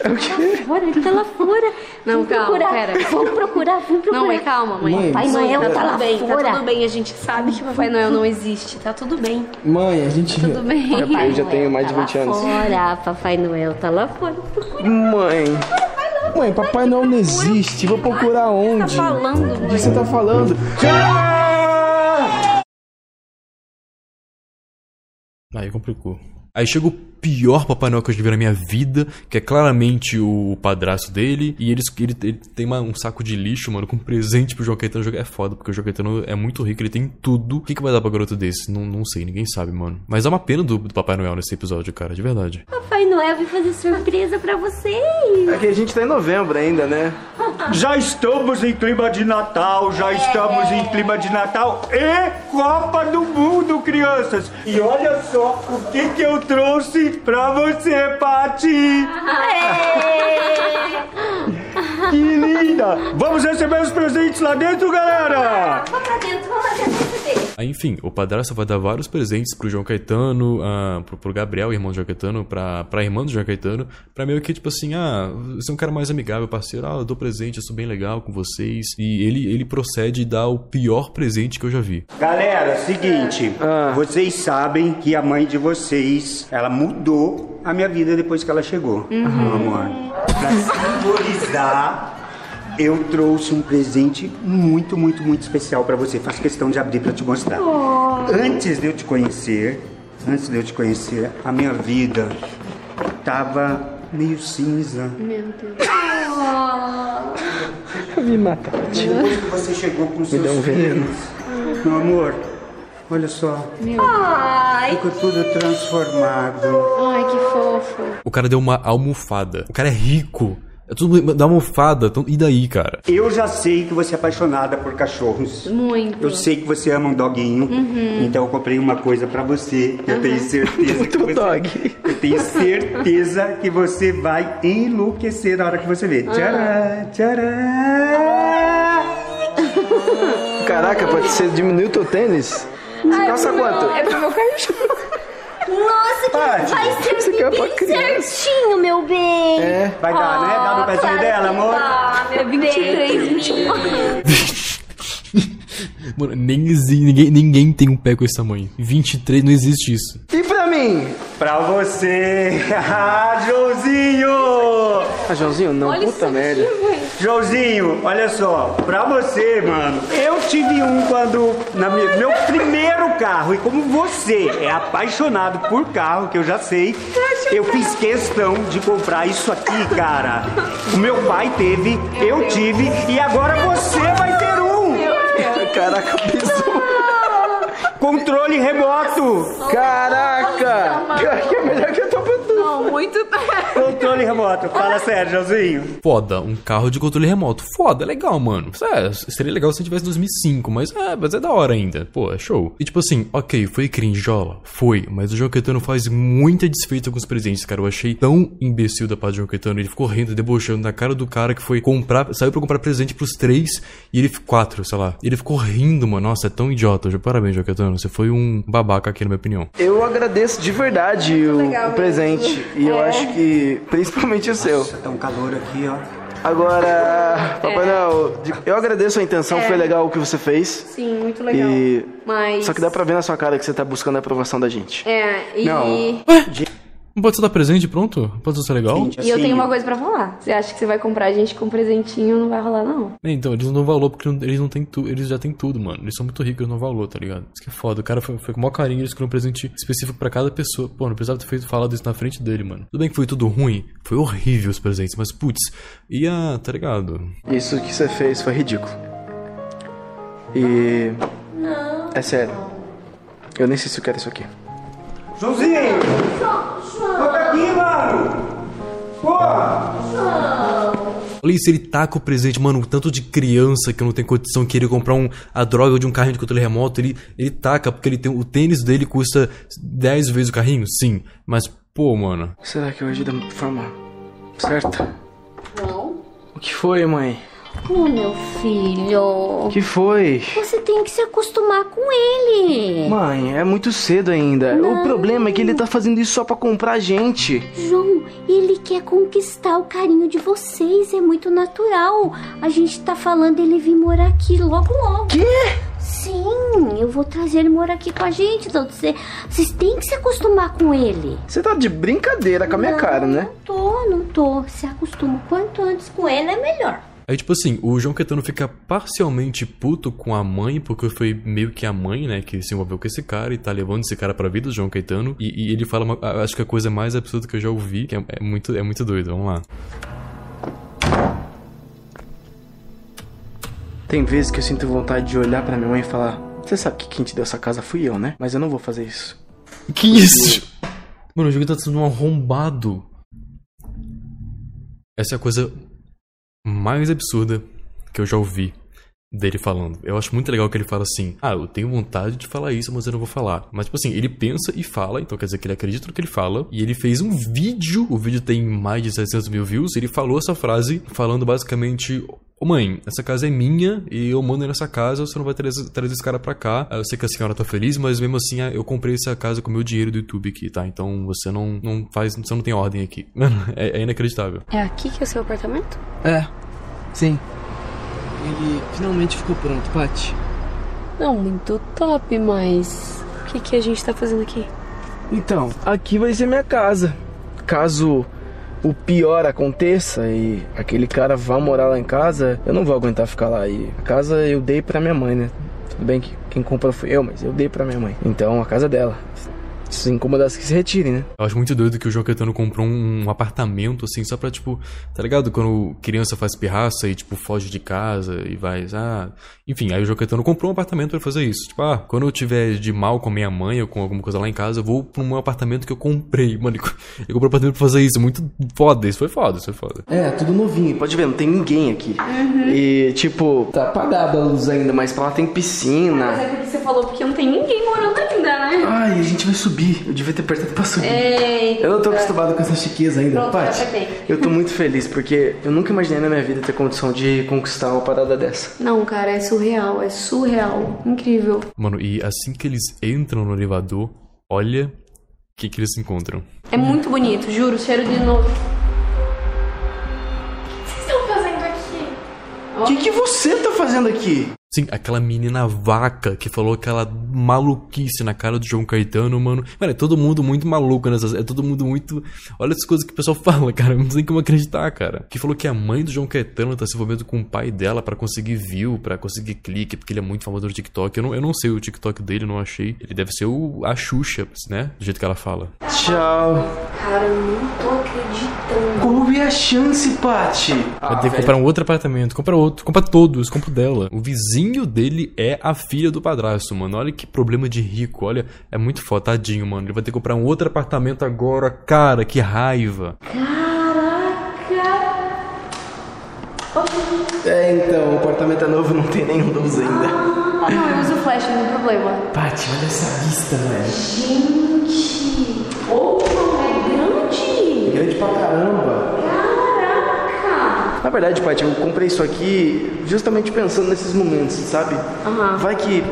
[SPEAKER 3] É o quê?
[SPEAKER 5] Fora, ele tá lá fora!
[SPEAKER 9] (laughs) Não,
[SPEAKER 5] Vamos
[SPEAKER 9] calma,
[SPEAKER 5] procurar.
[SPEAKER 9] pera.
[SPEAKER 5] Vamos procurar, vamos procurar!
[SPEAKER 9] Não, mãe, calma, mãe.
[SPEAKER 3] Mãe,
[SPEAKER 5] Papai Noel tá lá
[SPEAKER 9] tudo bem,
[SPEAKER 5] fora!
[SPEAKER 9] tá tudo bem. A gente sabe que Papai Noel não existe. Tá tudo bem.
[SPEAKER 3] Mãe, a gente.
[SPEAKER 9] Tudo bem.
[SPEAKER 7] É
[SPEAKER 3] Eu já
[SPEAKER 5] Noel
[SPEAKER 3] tenho mais de
[SPEAKER 5] tá lá
[SPEAKER 3] 20 anos.
[SPEAKER 5] Fora, Papai Noel tá lá fora!
[SPEAKER 3] Mãe. Mãe, papai Noel não existe. Vou procurar onde?
[SPEAKER 9] Falando,
[SPEAKER 3] O que você tá falando?
[SPEAKER 1] Aí complicou. Aí chega o pior Papai Noel que eu já vi na minha vida, que é claramente o padrasto dele, e eles, ele, ele tem uma- um saco de lixo, mano, com presente pro João Caetano jogar. É foda, porque o João Caetano é muito rico, ele tem tudo. O que, que vai dar pra garoto desse? Não, não sei, ninguém sabe, mano. Mas é uma pena do, do Papai Noel nesse episódio, cara, de verdade.
[SPEAKER 5] Papai Noel veio fazer surpresa pra vocês!
[SPEAKER 3] É que a gente tá em novembro ainda, né?
[SPEAKER 7] Já estamos em clima de Natal, já
[SPEAKER 9] É,
[SPEAKER 7] estamos em clima de Natal e Copa do Mundo, crianças. E olha só o que, que eu trouxe pra você, Pati.
[SPEAKER 9] É.
[SPEAKER 7] que linda! Vamos receber os presentes lá dentro, galera!
[SPEAKER 5] Vamos pra dentro, vamos pra dentro dele!
[SPEAKER 1] Aí, enfim, o padrasto vai dar vários presentes pro João Caetano, ah, pro, pro Gabriel, irmão do João Caetano, pra, pra irmã do João Caetano, pra meio que tipo assim, ah, você é um cara mais amigável, parceiro, ah, eu dou presente, eu sou bem legal com vocês. E ele, ele procede e dá o pior presente que eu já vi.
[SPEAKER 7] Galera, seguinte, vocês sabem que a mãe de vocês, ela mudou a minha vida depois que ela chegou, meu amor. Pra simbolizar, eu trouxe um presente muito, muito, muito especial pra você. Faço questão de abrir pra te mostrar. Antes de eu te conhecer, antes de eu te conhecer, a minha vida tava meio cinza.
[SPEAKER 9] Meu Deus.
[SPEAKER 3] Me mata.
[SPEAKER 7] Depois Tipo, que você chegou com
[SPEAKER 3] dá um
[SPEAKER 7] seus
[SPEAKER 3] veneno.
[SPEAKER 7] filhos, meu amor, olha só,
[SPEAKER 2] Ai,
[SPEAKER 7] ficou tudo transformado.
[SPEAKER 9] Ai, que fofo.
[SPEAKER 1] O cara deu uma almofada. O cara é rico. É tudo dá uma almofada. então- e daí, cara?
[SPEAKER 7] Eu já sei que você é apaixonada por cachorros.
[SPEAKER 9] Muito.
[SPEAKER 7] Eu sei que você ama um doguinho, então eu comprei uma coisa pra você. Eu tenho certeza
[SPEAKER 3] (laughs)
[SPEAKER 7] que você,
[SPEAKER 3] dog.
[SPEAKER 7] eu tenho certeza que você vai enlouquecer na hora que você vê. Tcharam, tcharam.
[SPEAKER 3] Caraca, pode ser diminuir o teu tênis? Você calça quanto?
[SPEAKER 2] é pro meu cachorro.
[SPEAKER 5] Nossa,
[SPEAKER 7] Pode.
[SPEAKER 5] que vai ser
[SPEAKER 3] Isso aqui é pra
[SPEAKER 5] bem
[SPEAKER 3] criança.
[SPEAKER 5] certinho, meu bem.
[SPEAKER 3] É.
[SPEAKER 7] Vai dar, né? Dá no pezinho dela, amor.
[SPEAKER 2] Ah, meu 23, 24.
[SPEAKER 1] Mano, nem exi- ninguém, ninguém tem um pé com esse tamanho. 23, não existe isso.
[SPEAKER 3] E pra mim?
[SPEAKER 7] Pra você, (laughs) Ah, Joãozinho!
[SPEAKER 3] Ah, Joãozinho, não,
[SPEAKER 2] Olha isso
[SPEAKER 3] puta
[SPEAKER 2] aqui,
[SPEAKER 3] merda.
[SPEAKER 2] velho.
[SPEAKER 7] Joãozinho, olha só, pra você, mano, eu tive um quando. Na minha, meu primeiro carro, e como você é apaixonado por carro, que eu já sei, eu fiz questão de comprar isso aqui, cara. O meu pai teve, eu tive, e agora você vai ter um!
[SPEAKER 3] Caraca, pisou.
[SPEAKER 7] Controle remoto!
[SPEAKER 3] Caraca! Pior que é melhor que eu tô pra tudo.
[SPEAKER 2] Não, muito perto.
[SPEAKER 7] Controle remoto, fala sério, Joãozinho.
[SPEAKER 1] Foda, um carro de controle remoto. Foda, legal, mano. É, seria legal se tivesse em 2005, mas é, mas é da hora ainda. Pô, é show. E tipo assim, ok, foi crinjola? Foi, mas o João Caetano faz muita desfeita com os presentes, cara. Eu achei tão imbecil da parte do João Caetano. Ele ficou rindo, debochando na cara do cara que foi comprar, saiu pra comprar presente pros três e ele, fi- quatro, sei lá. E ele ficou rindo, mano. Nossa, é tão idiota. Parabéns, João Caetano. Você foi um babaca aqui, na minha opinião.
[SPEAKER 3] Eu agradeço de verdade o,
[SPEAKER 2] legal
[SPEAKER 3] o presente. E eu acho que, principalmente o seu.
[SPEAKER 7] Tá um calor aqui, ó.
[SPEAKER 3] Agora, Papai Noel, de- eu agradeço a intenção, foi legal o que você fez.
[SPEAKER 9] Sim, muito legal.
[SPEAKER 3] E-
[SPEAKER 9] Mas.
[SPEAKER 3] Só que dá pra ver na sua cara que você tá buscando a aprovação da gente.
[SPEAKER 9] É, e.
[SPEAKER 7] Não.
[SPEAKER 1] Não pode só dar presente, pronto? Pode só ser legal?
[SPEAKER 7] Gente,
[SPEAKER 2] E eu
[SPEAKER 7] assim,
[SPEAKER 2] tenho uma coisa pra falar. Você acha que você vai comprar a gente com um presentinho? Não vai rolar, não.
[SPEAKER 1] É, Então, eles não dão valor porque não- eles não têm tudo, eles já têm tudo, mano. Eles são muito ricos, eles não dão valor, tá ligado? Isso que é foda. O cara foi, foi com o maior carinho, eles criaram um presente específico pra cada pessoa. Pô, não precisava ter feito falado isso na frente dele, mano. Tudo bem que foi tudo ruim, foi horrível os presentes, mas putz, ia, tá ligado?
[SPEAKER 3] Isso que você fez foi ridículo. E. Não. É sério. Eu nem sei se eu quero isso aqui.
[SPEAKER 7] Joãozinho! Volta aqui, mano! Porra!
[SPEAKER 1] Olha isso, ele taca o presente, mano. O tanto de criança que não tem condição querer comprar um, a droga de um carrinho de controle remoto, ele, ele taca, porque ele tem. O tênis dele custa 10 vezes o carrinho? Sim. Mas, pô, mano.
[SPEAKER 3] Será que eu agi da forma certa? Não. O que foi, mãe?
[SPEAKER 5] Pô, meu filho.
[SPEAKER 3] O que foi?
[SPEAKER 5] Você tem que se acostumar com ele.
[SPEAKER 3] Mãe, é muito cedo ainda. O problema é que ele tá fazendo isso só pra comprar a gente.
[SPEAKER 5] João, ele quer conquistar o carinho de vocês. É muito natural. A gente tá falando ele vir morar aqui logo logo. Quê? Sim, eu vou trazer ele morar aqui com a gente. Então você- vocês têm que se acostumar com ele.
[SPEAKER 3] Você tá de brincadeira com a minha cara, né?
[SPEAKER 5] Não tô, não tô. Se acostuma o quanto antes com ele, é melhor.
[SPEAKER 1] Aí, tipo assim, o João Caetano fica parcialmente puto com a mãe, porque foi meio que a mãe, né, que se envolveu com esse cara e tá levando esse cara pra vida, o João Caetano. E, e ele fala, uma, a- acho que a coisa mais absurda que eu já ouvi, que é, é muito, é muito doido, vamos lá.
[SPEAKER 3] Tem vezes que eu sinto vontade de olhar pra minha mãe e falar: Você sabe que quem te deu essa casa fui eu, né? Mas eu não vou fazer isso.
[SPEAKER 1] Que isso? Mano, o jogo tá sendo um arrombado. Essa é a coisa mais absurda que eu já ouvi dele falando. Eu acho muito legal que ele fala assim: Ah, eu tenho vontade de falar isso, mas eu não vou falar. Mas, tipo assim, ele pensa e fala, então quer dizer que ele acredita no que ele fala. E ele fez um vídeo, o vídeo tem mais de 700 mil views. Ele falou essa frase falando basicamente Ô mãe, essa casa é minha e eu mando nessa casa, você não vai trazer, trazer esse cara pra cá. Eu sei que a senhora tá feliz, mas mesmo assim ah, eu comprei essa casa com o meu dinheiro do YouTube aqui, tá? Então você não, não faz, você não tem ordem aqui. (laughs) Mano, é, é inacreditável.
[SPEAKER 9] É aqui que é seu apartamento?
[SPEAKER 3] É, sim. Ele finalmente ficou pronto, Paty.
[SPEAKER 9] Não, muito top, mas. O que, que a gente tá fazendo aqui?
[SPEAKER 3] Então, aqui vai ser minha casa. Caso o pior aconteça e aquele cara vá morar lá em casa, eu não vou aguentar ficar lá. E a casa eu dei pra minha mãe, né? Tudo bem que quem comprou fui eu, mas eu dei pra minha mãe. Então a casa é dela. Se incomodasse que se retire, né?
[SPEAKER 1] Eu acho muito doido que o João Caetano comprou um apartamento, assim, só pra, tipo, tá ligado? Quando criança faz pirraça e, tipo, foge de casa e vai, ah... Enfim, aí o João Caetano comprou um apartamento pra fazer isso. Tipo, ah, quando eu tiver de mal com a minha mãe ou com alguma coisa lá em casa, eu vou pro meu apartamento que eu comprei. (laughs) Mano, ele co- ele comprou um apartamento pra fazer isso. Muito foda, isso foi foda, isso foi foda.
[SPEAKER 3] É, tudo novinho, pode ver, não tem ninguém aqui. E, tipo, tá apagada a luz ainda, mas pra lá tem
[SPEAKER 6] Mas
[SPEAKER 3] piscina.
[SPEAKER 6] é porque você falou porque não tem ninguém morando ainda, né?
[SPEAKER 3] Ai, a gente vai subir. Eu devia ter apertado pra subir.
[SPEAKER 6] Ei,
[SPEAKER 3] Eu não tô acostumado com essa chiqueza ainda,
[SPEAKER 6] Pronto,
[SPEAKER 3] Paty.
[SPEAKER 6] já apertei.
[SPEAKER 3] Eu tô muito feliz porque eu nunca imaginei na minha vida ter condição de conquistar uma parada dessa.
[SPEAKER 9] Não, cara, é surreal, é surreal. Incrível.
[SPEAKER 1] Mano, e assim que eles entram no elevador, olha o que que eles encontram.
[SPEAKER 9] É muito bonito, juro, cheiro de novo.
[SPEAKER 8] vocês estão fazendo aqui?
[SPEAKER 3] O que, que você tá fazendo aqui?
[SPEAKER 1] Sim, aquela menina vaca que falou aquela maluquice na cara do João Caetano, mano. Mano, é todo mundo muito maluco nessas. É todo mundo muito. Olha essas coisas que o pessoal (laughs) fala, cara. Não tem como acreditar, cara. Que falou que a mãe do João Caetano tá se envolvendo com o pai dela pra conseguir view, pra conseguir clique, porque ele é muito famoso no TikTok. Eu não, eu não sei o TikTok dele, não achei. Ele deve ser o, a Xuxa, né? Do jeito que ela fala.
[SPEAKER 3] Tchau.
[SPEAKER 9] Cara, eu não tô acreditando.
[SPEAKER 3] Coube a chance, Paty.
[SPEAKER 1] Vai ter que comprar um outro apartamento, compra outro, compra todos, compra o dela. O vizinho dele é a filha do padrasto, mano. Olha que problema de rico, olha. É muito foda, tadinho, mano. Ele vai ter que comprar um outro apartamento agora, cara, que raiva. um-
[SPEAKER 3] É, então, o apartamento é novo, não tem nenhum luz ainda.
[SPEAKER 9] Ah, não, eu uso flash, não tem problema.
[SPEAKER 3] Paty, olha essa vista, velho.
[SPEAKER 9] Gente, opa, é grande.
[SPEAKER 3] Grande pra caramba.
[SPEAKER 8] Ah,
[SPEAKER 9] Caraca.
[SPEAKER 3] Na verdade, Paty, eu comprei isso aqui justamente pensando nesses momentos, sabe?
[SPEAKER 9] Aham.
[SPEAKER 3] Vai que,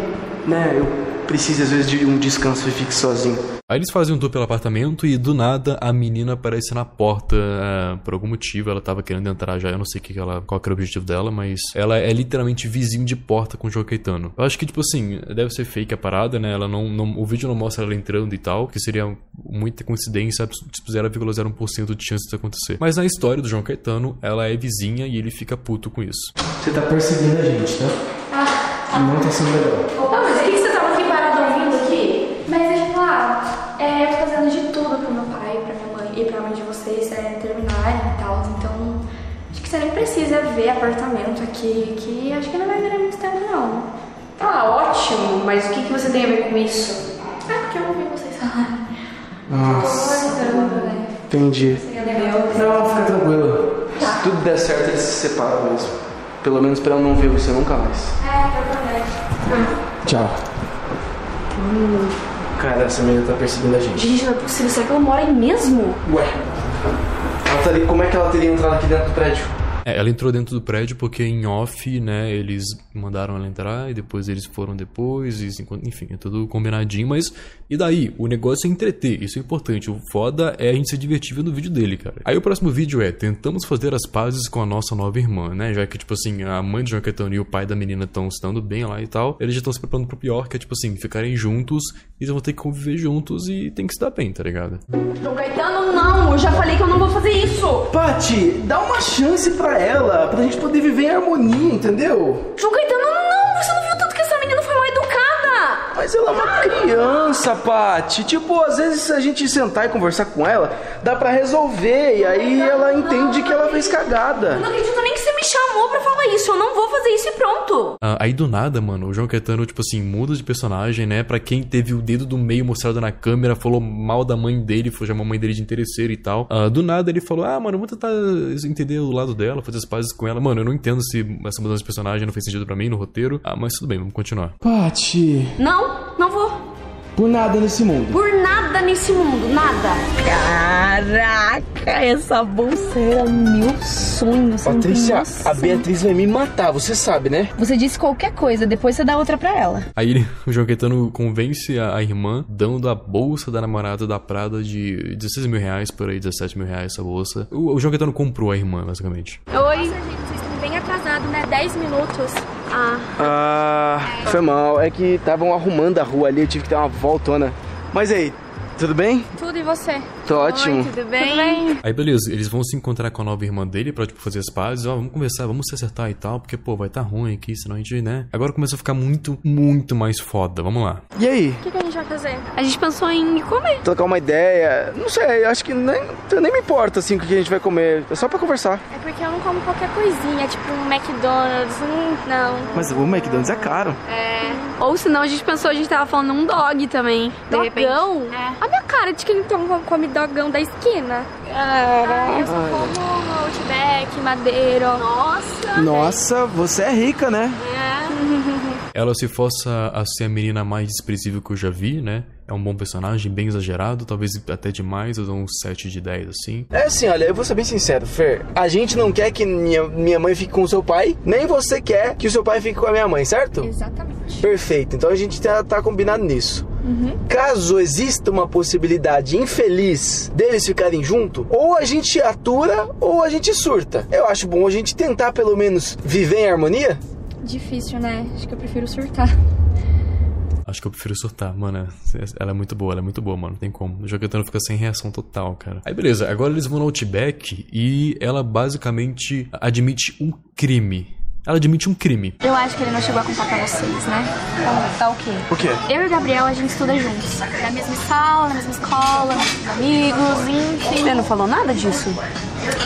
[SPEAKER 3] né, eu preciso às vezes de um descanso e fique sozinho.
[SPEAKER 1] Aí eles fazem um tour pelo apartamento e do nada a menina aparece na porta ah, por algum motivo. Ela tava querendo entrar já, eu não sei o que que ela, qual que era o objetivo dela, mas ela é literalmente vizinho de porta com o João Caetano. Eu acho que, tipo assim, deve ser fake a parada, né? Ela não, não- o vídeo não mostra ela entrando e tal, que seria muita coincidência, abs- tipo 0,01% de chance disso acontecer. Mas na história do João Caetano, ela é vizinha e ele fica puto com isso.
[SPEAKER 3] Você tá perseguindo a gente, tá? Não tá sendo legal.
[SPEAKER 8] Ah, mas o que você tava aqui parado ouvindo aqui? Mas deixa eu falar, é, eu tô fazendo de tudo pro meu pai, pra minha mãe e pra mãe de vocês é, terminarem e tal. Então, acho que você nem precisa ver apartamento aqui, que acho que não vai durar muito tempo, não.
[SPEAKER 6] Tá ótimo, mas o que, que você tem a ver com isso?
[SPEAKER 8] Ah, porque eu ouvi
[SPEAKER 6] (laughs)
[SPEAKER 8] vocês falarem.
[SPEAKER 3] Nossa, entendi. Não, fica tranquilo. Se tudo der certo, eles se separam mesmo. Pelo menos pra eu não ver você nunca mais. Tchau. Cara, essa menina tá perseguindo a gente.
[SPEAKER 9] Gente, não é possível. Será que ela mora aí mesmo?
[SPEAKER 3] Ué. Ela tá ali- como é que ela teria entrado aqui dentro do prédio?
[SPEAKER 1] É, ela entrou dentro do prédio porque em off, né, eles mandaram ela entrar e depois eles foram depois, e se encont- enfim, é tudo combinadinho, mas e daí? O negócio é entreter, isso é importante. O foda é a gente se divertir vendo o vídeo dele, cara. Aí o próximo vídeo é tentamos fazer as pazes com a nossa nova irmã, né, já que tipo assim, a mãe do João Caetano e o pai da menina estão se dando bem lá e tal, eles já estão se preparando pro pior, que é tipo assim, ficarem juntos, eles vão ter que conviver juntos e tem que se dar bem, tá ligado?
[SPEAKER 2] João Caetano, não! Eu já falei que eu não vou fazer isso!
[SPEAKER 3] Pati, dá uma chance pra ela, pra gente poder viver em harmonia, entendeu?
[SPEAKER 2] João Caetano, não! Você não viu tanto que essa menina foi mal educada!
[SPEAKER 3] Mas ela é uma criança, Pati. Tipo, às vezes se a gente sentar e conversar com ela, dá pra resolver e aí ela entende que ela fez
[SPEAKER 2] Eu
[SPEAKER 3] cagada.
[SPEAKER 2] não acredito nem que você me chamou pra falar isso! Eu não vou fazer isso e pronto!
[SPEAKER 1] Ah, aí do nada, mano, o João Caetano, tipo assim, muda de personagem, né? Pra quem teve o dedo do meio mostrado na câmera, falou mal da mãe dele, foi chamar a mãe dele de interesseiro e tal. Ah, do nada ele falou, ah, mano, eu vou tentar entender o lado dela, fazer as pazes com ela. Mano, eu não entendo se essa mudança de personagem não fez sentido pra mim no roteiro. Ah, mas tudo bem, vamos continuar.
[SPEAKER 3] Pati.
[SPEAKER 9] Não, não vou.
[SPEAKER 3] Por nada nesse mundo.
[SPEAKER 8] Por nada nesse mundo, nada.
[SPEAKER 10] Caraca, essa bolsa era meu sonho. Você não tem
[SPEAKER 3] Patrícia,
[SPEAKER 10] noção.
[SPEAKER 3] a Beatriz vai me matar, você sabe, né?
[SPEAKER 10] Você disse qualquer coisa, depois você dá outra pra ela.
[SPEAKER 1] Aí ele- (laughs) o João Caetano convence a, a irmã, dando a bolsa da namorada da Prada de 16 mil reais, por aí, 17 mil reais essa bolsa. O, o João Caetano comprou a irmã, basicamente.
[SPEAKER 8] Oi.
[SPEAKER 2] Vocês estão bem atrasados, né? 10 minutos.
[SPEAKER 8] Ah,
[SPEAKER 3] Ah, foi mal. É que estavam arrumando a rua ali, eu tive que dar uma voltona. Mas aí, tudo bem?
[SPEAKER 2] Tudo e você?
[SPEAKER 3] Tô ótimo.
[SPEAKER 8] tudo
[SPEAKER 2] Tudo
[SPEAKER 8] bem?
[SPEAKER 2] bem?
[SPEAKER 1] Aí beleza, eles vão se encontrar com a nova irmã dele pra, tipo, fazer as pazes. Ó, vamos conversar, vamos se acertar e tal, porque, pô, vai tá ruim aqui, senão a gente, né? Agora começou a ficar muito, muito mais foda. Vamos lá.
[SPEAKER 3] E aí?
[SPEAKER 2] O que, que a gente vai fazer?
[SPEAKER 8] A gente pensou em ir comer.
[SPEAKER 3] Trocar uma ideia? Não sei, acho que nem, eu nem me importa assim com o que a gente vai comer. É só pra conversar.
[SPEAKER 2] É porque eu não como qualquer coisinha, tipo um McDonald's. hum, não.
[SPEAKER 3] Mas o McDonald's é caro.
[SPEAKER 8] Ou senão a gente pensou, a gente tava falando um dog também. De repente.
[SPEAKER 2] Dogão? A minha cara de quem então co- come dogão da esquina. Ah, eu só como Outback, Madeiro. Nossa!
[SPEAKER 3] Nossa, você é rica, né?
[SPEAKER 1] Ela se força a ser a menina mais desprezível que eu já vi, né? É um bom personagem, bem exagerado, talvez até demais, eu dou um 7 de 10, assim.
[SPEAKER 3] É assim, olha, eu vou ser bem sincero, Fer. A gente não quer que minha, minha mãe fique com o seu pai, nem você quer que o seu pai fique com a minha mãe, certo?
[SPEAKER 2] Exatamente.
[SPEAKER 3] Perfeito, então a gente tá, tá combinado nisso. Caso exista uma possibilidade infeliz deles ficarem junto, ou a gente atura ou a gente surta. Eu acho bom a gente tentar pelo menos viver em harmonia.
[SPEAKER 2] Difícil, né? Acho que eu prefiro surtar.
[SPEAKER 1] Acho que eu prefiro surtar, mano. Ela é muito boa, ela é muito boa, mano. Não tem como. O Jogatano fica sem reação total, cara. Aí beleza, agora eles vão no Outback e ela basicamente admite um crime. Ela admite um crime.
[SPEAKER 2] Eu acho que ele não chegou a contar pra vocês, né? Tá o quê?
[SPEAKER 3] Por quê?
[SPEAKER 2] Eu e o Gabriel, a gente estuda juntos. Na mesma sala, na mesma escola, amigos, enfim.
[SPEAKER 8] Ele não falou nada disso?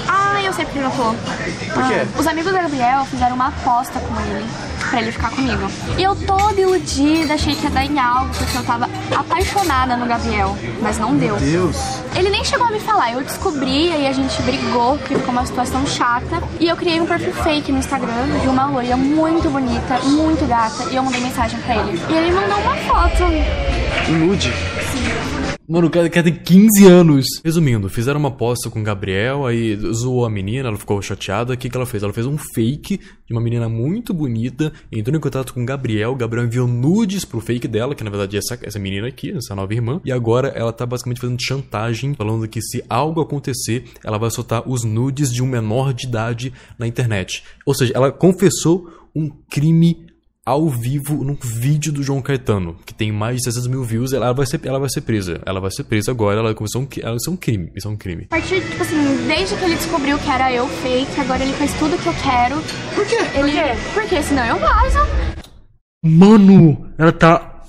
[SPEAKER 2] Ah, eu sei porque ele não falou.
[SPEAKER 3] Por quê?
[SPEAKER 2] Ah, os amigos do Gabriel fizeram uma aposta com ele pra ele ficar comigo. E eu toda iludida, achei que ia dar em algo, porque eu tava apaixonada no Gabriel. Mas não deu.
[SPEAKER 3] Deus.
[SPEAKER 2] Ele nem chegou a me falar, eu descobri, aí a gente brigou, porque ficou uma situação chata. E eu criei um perfil fake no Instagram de uma loira muito bonita, muito gata, e eu mandei mensagem pra ele. E ele mandou uma foto.
[SPEAKER 3] Ilude.
[SPEAKER 1] Mano, o cara, o cara tem 15 anos. Resumindo, fizeram uma aposta com o Gabriel, aí zoou a menina, ela ficou chateada. O que, que ela fez? Ela fez um fake de uma menina muito bonita, entrou em contato com o Gabriel. O Gabriel enviou nudes pro fake dela, que na verdade é essa, essa menina aqui, essa nova irmã. E agora ela tá basicamente fazendo chantagem, falando que se algo acontecer, ela vai soltar os nudes de um menor de idade na internet. Ou seja, ela confessou um crime ao vivo num vídeo do João Caetano, que tem mais de 600 mil views, ela vai ser, ela vai ser presa. Ela vai ser presa agora, ela começou um, cri- ela, isso é um crime, isso é um crime.
[SPEAKER 2] A partir, tipo assim, desde que ele descobriu que era eu fake, agora ele faz tudo que eu quero. Por quê? Ele... Por quê? Porque senão eu vazo.
[SPEAKER 1] Mano, ela tá...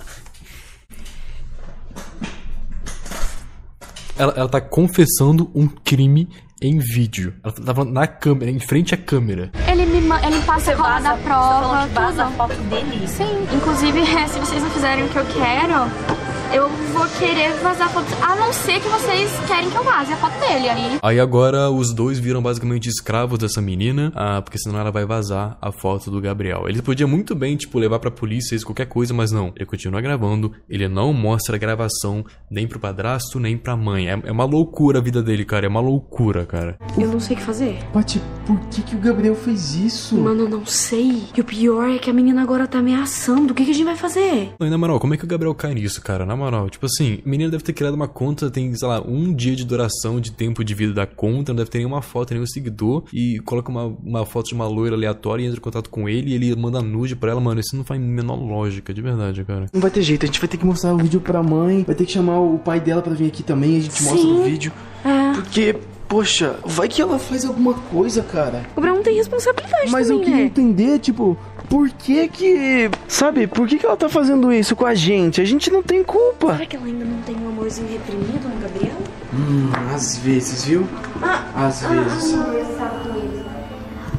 [SPEAKER 1] Ela, ela tá confessando um crime em vídeo. Ela tá falando na câmera, em frente à câmera.
[SPEAKER 2] Ele me ma- ele passa a cola da prova.
[SPEAKER 8] falando que vaza
[SPEAKER 2] tudo. Sim. Inclusive, (laughs) é, se vocês não fizerem o que eu quero, eu vou querer vazar a foto. A não ser que vocês querem que eu vaze a foto dele. Aí ele
[SPEAKER 1] Aí agora os dois viram basicamente escravos dessa menina, ah, porque senão ela vai vazar a foto do Gabriel. Ele podia muito bem, tipo, levar pra polícia, isso, qualquer coisa, mas não. Ele continua gravando, ele não mostra a gravação nem pro padrasto, nem pra mãe. É, é uma loucura a vida dele, cara, é uma loucura, cara.
[SPEAKER 8] Eu não sei o que fazer.
[SPEAKER 3] Paty, por que, que o Gabriel fez isso?
[SPEAKER 8] Mano, eu não sei. E o pior é que a menina agora tá ameaçando. O que, que a gente vai fazer?
[SPEAKER 1] Não, e na moral, como é que o Gabriel cai nisso, cara? Na moral, tipo assim, a menina deve ter criado uma conta, tem, sei lá, um dia de duração de tempo de vida da conta, não deve ter nenhuma foto, nenhum seguidor, e coloca uma, uma foto de uma loira aleatória e entra em contato com ele e ele manda nude pra ela, mano. Isso não faz a menor lógica, de verdade, cara.
[SPEAKER 3] Não vai ter jeito, a gente vai ter que mostrar o vídeo pra mãe, vai ter que chamar o pai dela pra vir aqui também, a gente mostra
[SPEAKER 8] Sim.
[SPEAKER 3] o vídeo. Porque, poxa, vai que ela faz alguma coisa, cara.
[SPEAKER 8] O Gabriel não tem responsabilidade
[SPEAKER 3] Mas eu
[SPEAKER 8] também,
[SPEAKER 3] queria
[SPEAKER 8] né?
[SPEAKER 3] entender, tipo, por que que... Sabe, por que que ela tá fazendo isso com a gente? A gente não tem culpa.
[SPEAKER 8] Será que ela ainda não tem um amorzinho reprimido no Gabriel?
[SPEAKER 3] Hum, às vezes, viu?
[SPEAKER 8] Ah,
[SPEAKER 3] Às vezes.
[SPEAKER 5] conversar com eles.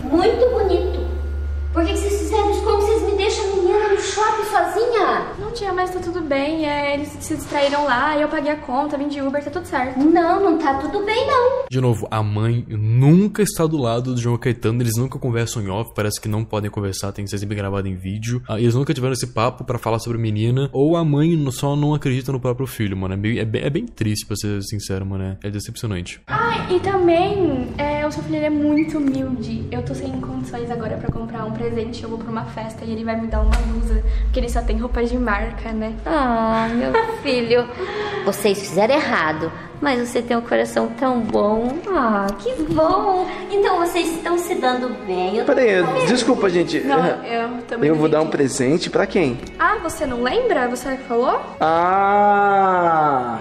[SPEAKER 5] Muito bonito. Por que, que vocês fizeram isso? Como vocês me deixam menina no shopping sozinha?
[SPEAKER 8] Não tinha, mas tá tudo bem. É, eles se distraíram lá, eu paguei a conta, vim de Uber, tá tudo certo.
[SPEAKER 5] Não, não tá tudo bem, não.
[SPEAKER 1] De novo, a mãe nunca está do lado do João Caetano, eles nunca conversam em off, parece que não podem conversar, tem que ser sempre gravado em vídeo. Ah, eles nunca tiveram esse papo pra falar sobre a menina, ou a mãe só não acredita no próprio filho, mano. É, meio- é bem, é bem triste, pra ser sincero, mano. é- É decepcionante.
[SPEAKER 8] Ah, e também, é, o seu filho ele é muito humilde. Eu tô sem condições agora pra comprar um presente. Eu vou pra uma festa e ele vai me dar uma blusa, porque ele só tem roupa de marca, né?
[SPEAKER 5] Ah, meu filho, vocês fizeram errado, mas você tem um coração tão bom. Ah, que bom. Então vocês estão se dando bem. Eu tô
[SPEAKER 3] Peraí,
[SPEAKER 5] feliz.
[SPEAKER 3] desculpa, gente.
[SPEAKER 8] Não,
[SPEAKER 3] É,
[SPEAKER 8] eu também.
[SPEAKER 3] Eu vou dar um
[SPEAKER 8] entendi.
[SPEAKER 3] presente pra quem?
[SPEAKER 8] Ah, você não lembra? Você que falou?
[SPEAKER 3] Ah!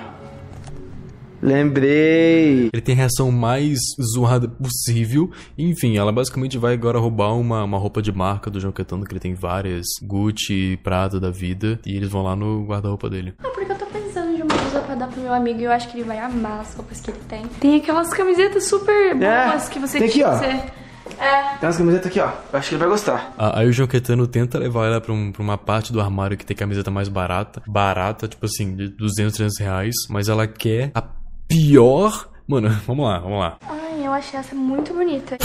[SPEAKER 3] Lembrei.
[SPEAKER 1] Ele tem a reação mais zoada possível. Enfim, ela basicamente vai agora roubar uma, uma roupa de marca do João Caetano, que ele tem várias, Gucci, Prada da vida, e eles vão lá no guarda-roupa dele.
[SPEAKER 8] Ah, porque eu tô pensando de uma blusa pra dar pro meu amigo e eu acho que ele vai amar as roupas que ele tem. Tem aquelas camisetas super boas que você
[SPEAKER 3] É, tem aqui,
[SPEAKER 8] que
[SPEAKER 3] ó.
[SPEAKER 8] você- É.
[SPEAKER 3] Tem umas camisetas aqui, ó. Eu acho que ele vai gostar.
[SPEAKER 1] Ah, Aí o João Caetano tenta levar ela pra, um- pra uma parte do armário que tem camiseta mais barata. Barata, tipo assim, de 200, 300 reais. Mas ela quer a pior... Mano, (laughs) vamos lá, vamos lá.
[SPEAKER 8] Ai, eu achei essa muito bonita.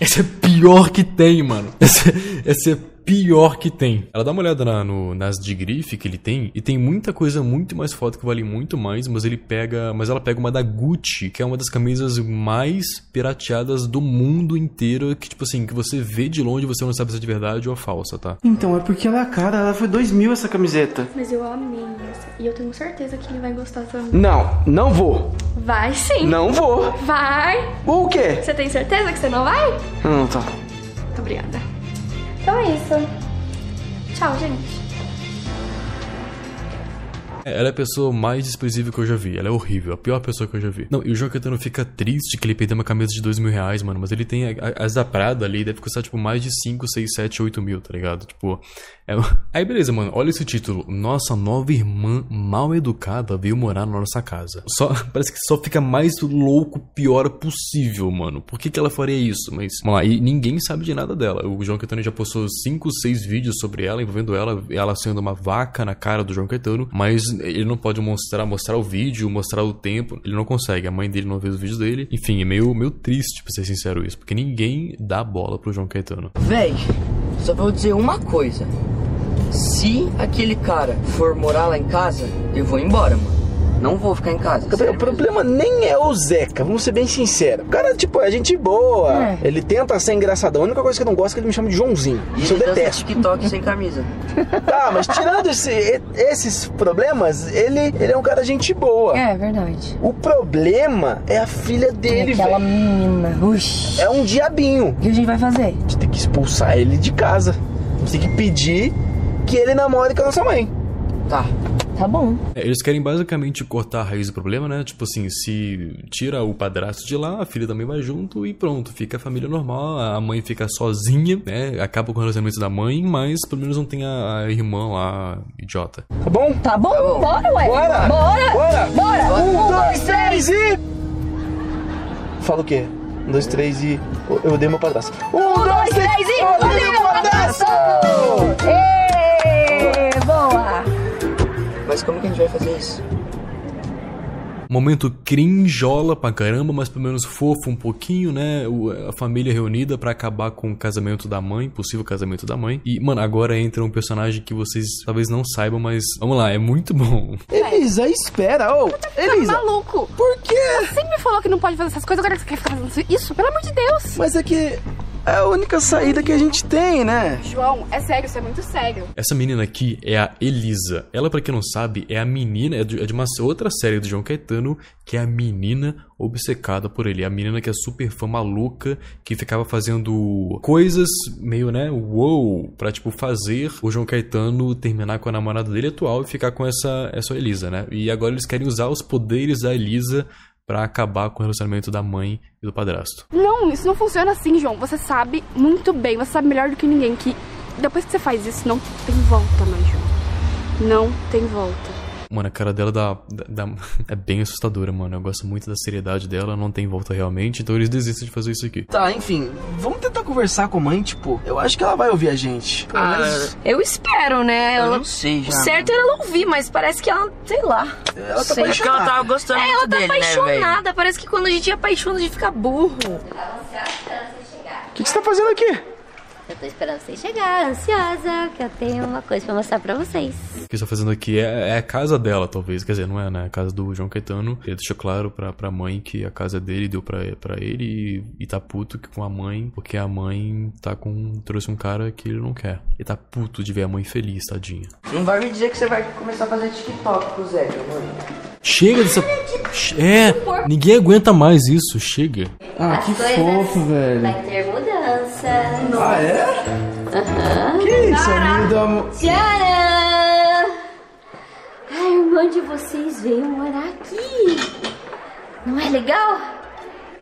[SPEAKER 1] Essa é pior que tem, mano. Essa, essa é pior que tem. Ela dá uma olhada na- no- nas de grife que ele tem e tem muita coisa muito mais foda que vale muito mais, mas ele pega, mas ela pega uma da Gucci, que é uma das camisas mais pirateadas do mundo inteiro, que tipo assim, que você vê de longe, você não sabe se é de verdade ou é falsa, tá?
[SPEAKER 3] Então, é porque ela é cara, ela foi 2 mil essa camiseta.
[SPEAKER 8] Mas eu amei essa. E eu tenho certeza que ele vai gostar também.
[SPEAKER 3] Não, não vou.
[SPEAKER 8] Vai sim.
[SPEAKER 3] Não vou.
[SPEAKER 8] Vai.
[SPEAKER 3] Vou o quê?
[SPEAKER 8] Você tem certeza que você não vai?
[SPEAKER 3] Ah, Não, tá.
[SPEAKER 8] Muito obrigada. Então é isso. Tchau, gente.
[SPEAKER 1] É, Ela é a pessoa mais desprezível que eu já vi. Ela é horrível, a pior pessoa que eu já vi. Não, e o João Caetano fica triste que ele perdeu uma camisa de dois mil reais, mano. Mas ele tem a- a- as da Prada ali, deve custar tipo mais de 5, 6, 7, 8 mil, tá ligado? Tipo. é- (laughs) Aí beleza, mano. Olha esse título. Nossa nova irmã mal educada veio morar na nossa casa. Só, (laughs) parece que só fica mais louco, pior possível, mano. Por que, que ela faria isso? Mas, vamos lá, e ninguém sabe de nada dela. O João Caetano já postou 5, 6 vídeos sobre ela, envolvendo ela, ela sendo uma vaca na cara do João Caetano, mas ele não pode mostrar, mostrar o vídeo, mostrar o tempo. Ele não consegue, a mãe dele não vê os vídeos dele. Enfim, é meio, meio triste, pra ser sincero, isso, porque ninguém dá bola pro João Caetano.
[SPEAKER 4] Véi, só vou dizer uma coisa. Se aquele cara for morar lá em casa, eu vou embora, mano. Não vou ficar em casa.
[SPEAKER 3] O problema nem é o Zeca, vamos ser bem sinceros. O cara, tipo, é gente boa. Ele tenta ser engraçadado. A única coisa que eu não gosto é que ele me chama de Joãozinho.
[SPEAKER 4] E
[SPEAKER 3] Isso eu
[SPEAKER 4] ele dança
[SPEAKER 3] detesto.
[SPEAKER 4] TikTok sem camisa.
[SPEAKER 3] Tá, mas tirando esse- esses problemas, ele, ele é um cara gente boa.
[SPEAKER 11] É verdade.
[SPEAKER 3] O problema é a filha dele,
[SPEAKER 11] Aquela
[SPEAKER 3] velho.
[SPEAKER 11] menina. Ux.
[SPEAKER 3] É um diabinho.
[SPEAKER 11] O que a gente vai fazer?
[SPEAKER 3] A gente tem que expulsar ele de casa. A gente tem que pedir que ele namore com a nossa mãe.
[SPEAKER 4] Tá.
[SPEAKER 11] Tá bom.
[SPEAKER 1] É, eles querem basicamente cortar a raiz do problema, né? Tipo assim, se tira o padrasto de lá, a filha também vai junto e pronto, fica a família normal, a mãe fica sozinha, né? Acaba com o relacionamento da mãe, mas pelo menos não tem a, a irmã lá, idiota.
[SPEAKER 3] Tá bom?
[SPEAKER 11] Tá bom? Bora, ué.
[SPEAKER 3] Bora!
[SPEAKER 11] Bora.
[SPEAKER 3] Bora!
[SPEAKER 11] Bora.
[SPEAKER 3] Um, dois, três e. Fala o quê? Um, dois, tris e. Eu odeio meu padrasto. Um, dois, três e. Eu odeio meu padrasto!
[SPEAKER 11] Ê, boa.
[SPEAKER 4] Mas como que a gente vai fazer isso?
[SPEAKER 1] Momento crinjola pra caramba, mas pelo menos fofo um pouquinho, né? O- a família reunida pra acabar com o casamento da mãe, possível casamento da mãe. E, mano, agora entra um personagem que vocês talvez não saibam, mas vamos lá, é muito (laughs) bom.
[SPEAKER 3] Elisa, espera! Ô, Elisa!
[SPEAKER 9] Maluco!
[SPEAKER 3] Por quê?
[SPEAKER 9] Você sempre falou que não pode fazer essas coisas, agora que você quer ficar fazendo isso? Pelo amor de Deus!
[SPEAKER 3] Mas é que é a única saída que a gente tem, né?
[SPEAKER 9] João, é sério, isso é muito sério.
[SPEAKER 1] Essa menina aqui é a Elisa. Ela, pra quem não sabe, é a menina, é de é de uma outra série do João Caetano, que é a menina obcecada por ele. É a menina que é super fã maluca, que ficava fazendo coisas meio, né, wow, pra, tipo, fazer o João Caetano terminar com a namorada dele atual e ficar com essa, essa Elisa, né? E agora eles querem usar os poderes da Elisa pra acabar com o relacionamento da mãe e do padrasto.
[SPEAKER 9] Não, isso não funciona assim, João. Você sabe muito bem, você sabe melhor do que ninguém que depois que você faz isso, não tem volta mais, João. Não tem volta.
[SPEAKER 1] Mano, a cara dela dá, dá- (laughs) dá- é bem assustadora, mano. Eu gosto muito da seriedade dela, não tem volta realmente, então eles desistem de fazer isso aqui.
[SPEAKER 3] Tá, enfim, vamos tentar conversar com a mãe, tipo, eu acho que ela vai ouvir a gente. Pelo
[SPEAKER 4] Ah,
[SPEAKER 3] menos
[SPEAKER 2] Eu espero, né?
[SPEAKER 3] Eu
[SPEAKER 2] Ela-
[SPEAKER 3] não sei, já,
[SPEAKER 2] O certo era ela ouvir, mas parece que ela, sei lá.
[SPEAKER 3] Ela
[SPEAKER 4] tá apaixonada. Acho que ela tava gostando
[SPEAKER 2] é, ela
[SPEAKER 4] muito
[SPEAKER 2] tá
[SPEAKER 4] dele, né,
[SPEAKER 2] apaixonada. parece que quando a gente apaixona, a gente fica burro.
[SPEAKER 3] O que, que você tá fazendo aqui?
[SPEAKER 5] Eu tô esperando vocês chegar, ansiosa, que eu tenho uma coisa pra mostrar pra vocês.
[SPEAKER 1] O que está fazendo aqui é, é a casa dela, talvez. Quer dizer, não é, né? É a casa do João Caetano. Ele deixou claro pra, pra mãe que a casa é dele deu pra, pra ele e, e tá puto que- com a mãe, porque a mãe tá com. trouxe um cara que ele não quer. Ele tá puto de ver a mãe feliz, tadinha.
[SPEAKER 4] Não vai me dizer que você vai começar a fazer TikTok com o Zé, meu amor.
[SPEAKER 1] Chega dessa. É! Ninguém aguenta mais isso, chega.
[SPEAKER 3] Ah, que fofo, velho.
[SPEAKER 5] Vai ter mudança.
[SPEAKER 3] Ah, é?
[SPEAKER 5] Aham.
[SPEAKER 3] Que isso, amigo do amor.
[SPEAKER 5] Tcharam! A irmã de vocês veio morar aqui. Não é legal?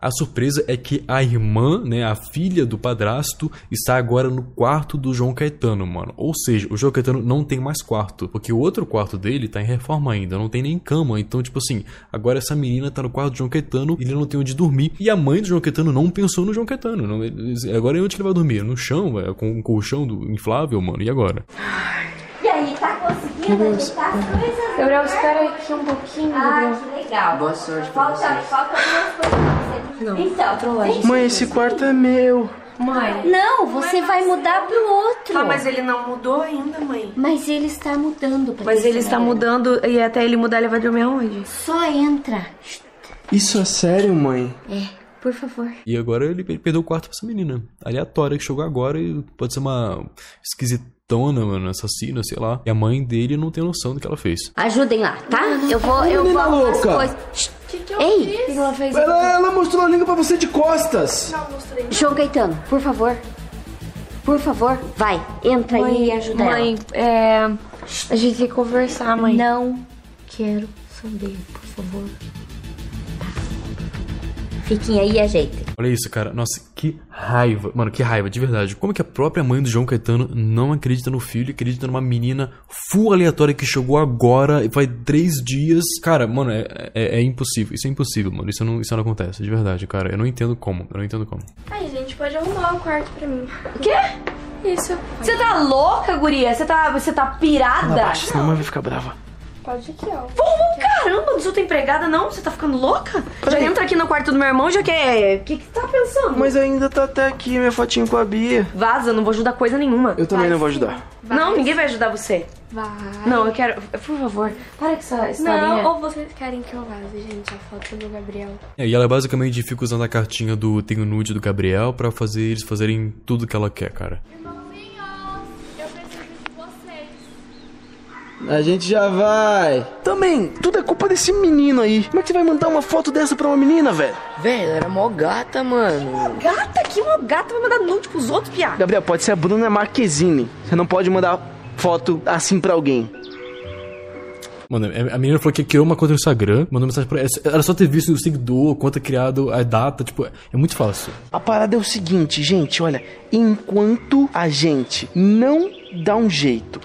[SPEAKER 1] A surpresa é que a irmã, né, a filha do padrasto, está agora no quarto do João Caetano, mano. Ou seja, o João Caetano não tem mais quarto, porque o outro quarto dele tá em reforma ainda, não tem nem cama. Então, tipo assim, agora essa menina tá no quarto do João Caetano, ele não tem onde dormir. E a mãe do João Caetano não pensou no João Caetano. Não, ele- agora é onde que ele vai dormir? No chão, velho, com um colchão do inflável, mano. E agora?
[SPEAKER 5] E aí, tá conseguindo ajeitar as coisas? né?
[SPEAKER 8] Gabriel, espera aqui um pouquinho.
[SPEAKER 5] Ah,
[SPEAKER 8] Gabriel.
[SPEAKER 5] que legal.
[SPEAKER 4] Boa sorte pra
[SPEAKER 5] Falta,
[SPEAKER 4] vocês.
[SPEAKER 5] falta algumas coisas pra você. então, tem-
[SPEAKER 3] Mãe, esse quarto é meu.
[SPEAKER 6] Mãe.
[SPEAKER 5] Não, você vai mudar pro outro.
[SPEAKER 6] Tá, mas ele não mudou ainda, mãe.
[SPEAKER 5] Mas ele está mudando. Patrícia.
[SPEAKER 6] Mas ele está mudando e até ele mudar ele vai dormir aonde?
[SPEAKER 5] Só entra.
[SPEAKER 3] Isso é sério, mãe?
[SPEAKER 5] É, por favor.
[SPEAKER 1] E agora ele, ele perdeu o quarto pra essa menina. Aleatória que chegou agora e pode ser uma esquisitona, mano, assassina, sei lá. E a mãe dele não tem noção do que ela fez.
[SPEAKER 5] Ajudem lá, tá? eu vou, eu vou
[SPEAKER 3] menina
[SPEAKER 5] arrumar as
[SPEAKER 1] louca.
[SPEAKER 5] coisas. Ei,
[SPEAKER 3] que ela fez? Ela, mostrou a língua pra você de costas.
[SPEAKER 5] João Caetano, por favor. Por favor, vai. Entra aí e ajuda
[SPEAKER 6] mãe, é. A gente tem que conversar, mãe.
[SPEAKER 5] Não quero saber, por favor. ela. Fiquem aí e ajeitem.
[SPEAKER 1] Olha isso, cara. Nossa, que raiva. Mano, que raiva, de verdade. Como que a própria mãe do João Caetano não acredita no filho, e acredita numa menina full aleatória que chegou agora e vai três dias. Cara, mano, é, é- é impossível. Isso é impossível, mano. Isso não, isso não acontece, de verdade, cara. Eu não entendo como. Eu não entendo como.
[SPEAKER 8] Ai, gente, pode arrumar o quarto pra mim.
[SPEAKER 2] O quê?
[SPEAKER 8] Isso.
[SPEAKER 2] Você tá louca, guria? Você tá, você tá
[SPEAKER 3] Ela
[SPEAKER 2] pirada?
[SPEAKER 3] bate, senão a mãe vai ficar brava.
[SPEAKER 8] Pode aqui, ó.
[SPEAKER 6] Pô, caramba, não sou tua empregada, não? Você tá ficando louca? Já entra aqui no quarto do meu irmão, já quer. O que, que você tá pensando?
[SPEAKER 3] Mas ainda tá até aqui minha fotinho com a Bia.
[SPEAKER 6] Vaza, não vou ajudar coisa nenhuma.
[SPEAKER 3] Eu também não vou ajudar.
[SPEAKER 6] Não, ninguém vai ajudar você.
[SPEAKER 8] Vai.
[SPEAKER 6] Não, eu quero. Por favor, para com essa historinha.
[SPEAKER 8] Não, ou vocês querem que eu vaze, gente, a foto do Gabriel.
[SPEAKER 1] É, e ela basicamente fica usando a cartinha do Tenho Nude do Gabriel pra fazer eles fazerem tudo que ela quer, cara.
[SPEAKER 8] Eu preciso de vocês.
[SPEAKER 3] A gente já vai. Também, tudo é culpa desse menino aí. Como é que você vai mandar uma foto dessa pra uma menina, velho?
[SPEAKER 4] Velho, ela era mó gata, mano.
[SPEAKER 6] Gata, que uma gata vai mandar nude pros outros, piá.
[SPEAKER 3] Gabriel, pode ser a Bruna Marquezine. Você não pode mandar foto assim pra alguém.
[SPEAKER 1] Mano, é, a a menina falou que criou uma conta no Instagram, mandou mensagem pra ela. Ela só ter visto o seguidor, conta criado, a data, tipo, é muito fácil.
[SPEAKER 3] A parada é o seguinte, gente, olha, enquanto a gente não dá um jeito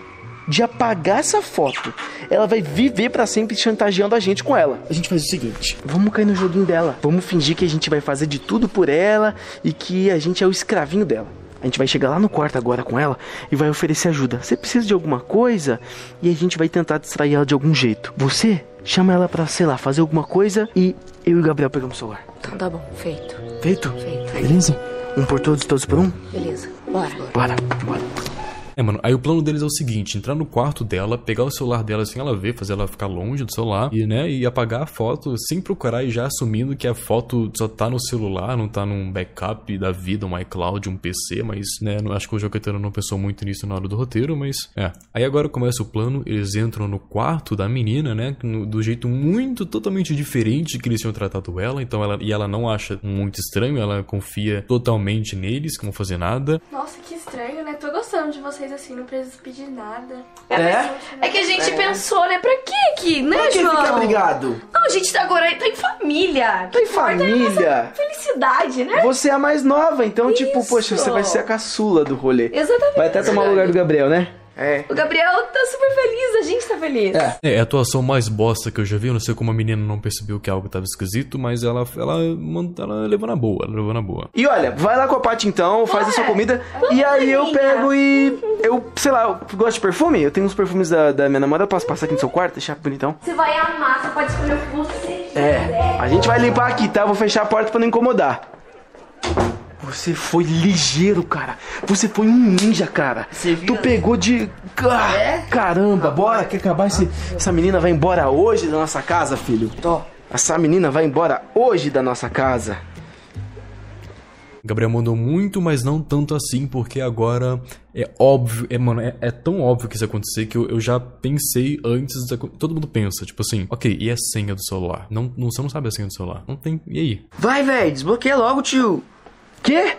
[SPEAKER 3] de apagar essa foto, ela vai viver pra sempre chantageando a gente com ela. A gente faz o seguinte, vamos cair no joguinho dela. Vamos fingir que a gente vai fazer de tudo por ela e que a gente é o escravinho dela. A gente vai chegar lá no quarto agora com ela e vai oferecer ajuda. Você precisa de alguma coisa e a gente vai tentar distrair ela de algum jeito. Você chama ela pra, sei lá, fazer alguma coisa e eu e o Gabriel pegamos o celular.
[SPEAKER 6] Então tá bom, feito.
[SPEAKER 3] Feito?
[SPEAKER 6] Feito.
[SPEAKER 3] Beleza? Um por todos, todos por um?
[SPEAKER 6] Beleza, bora.
[SPEAKER 3] Bora, bora.
[SPEAKER 1] É, mano, aí o plano deles é o seguinte: entrar no quarto dela, pegar o celular dela sem ela ver, fazer ela ficar longe do celular e, né, e apagar a foto sem procurar e já assumindo que a foto só tá no celular, não tá num backup da vida, um iCloud, um PC, mas, né, não- acho que o Joqueteiro não pensou muito nisso na hora do roteiro, mas é. Aí agora começa o plano, eles entram no quarto da menina, né, no- do jeito muito totalmente diferente que eles tinham tratado ela, então ela, e ela não acha muito estranho, ela confia totalmente neles, que não vão fazer nada.
[SPEAKER 8] Nossa, que estranho, né? Tô gostando de vocês assim, não preciso pedir nada.
[SPEAKER 2] É que a gente pensou, né? Pra que que, né,
[SPEAKER 3] Pra que
[SPEAKER 2] João?
[SPEAKER 3] ficar brigado?
[SPEAKER 2] Não, a gente tá agora tá em família.
[SPEAKER 3] Tá em família.
[SPEAKER 2] Felicidade, né?
[SPEAKER 3] Você é a mais nova, então, tipo, poxa, você vai ser a caçula do rolê.
[SPEAKER 2] Exatamente.
[SPEAKER 3] Vai até tomar o lugar do Gabriel, né? É.
[SPEAKER 6] O Gabriel tá super feliz, a gente tá feliz.
[SPEAKER 3] É.
[SPEAKER 1] É, é a atuação mais bosta que eu já vi. Eu não sei como a menina não percebeu que algo tava esquisito, mas ela, ela, man- ela levou na boa, ela levou na boa.
[SPEAKER 3] E olha, vai lá com a Paty então, faz a sua comida.
[SPEAKER 1] Vamos,
[SPEAKER 3] e aí eu
[SPEAKER 1] maninha.
[SPEAKER 3] pego e. Eu, sei lá, eu gosto de perfume? Eu tenho uns perfumes da, da minha namorada, eu posso passar aqui no seu quarto, deixar bonitão?
[SPEAKER 11] Você vai amar, você pode escolher o que você
[SPEAKER 3] É, a gente vai limpar aqui, tá? Eu Vou fechar a porta pra não incomodar. Você foi ligeiro, cara. Você foi um ninja, cara. tu pegou de. Ah,
[SPEAKER 11] É?
[SPEAKER 3] Caramba, bora que acabar esse. Essa menina vai embora hoje da nossa casa, filho. Tô. Essa menina vai embora hoje da nossa casa.
[SPEAKER 1] Gabriel mandou muito, mas não tanto assim, porque agora é óbvio, é, mano, é, é tão óbvio que isso ia acontecer que eu, eu já pensei antes da. co- Todo mundo pensa, tipo assim, ok, e a senha do celular? Não, não, você não sabe a senha do celular. Não tem. E aí?
[SPEAKER 4] Vai, velho, desbloqueia logo, tio.
[SPEAKER 3] Quê?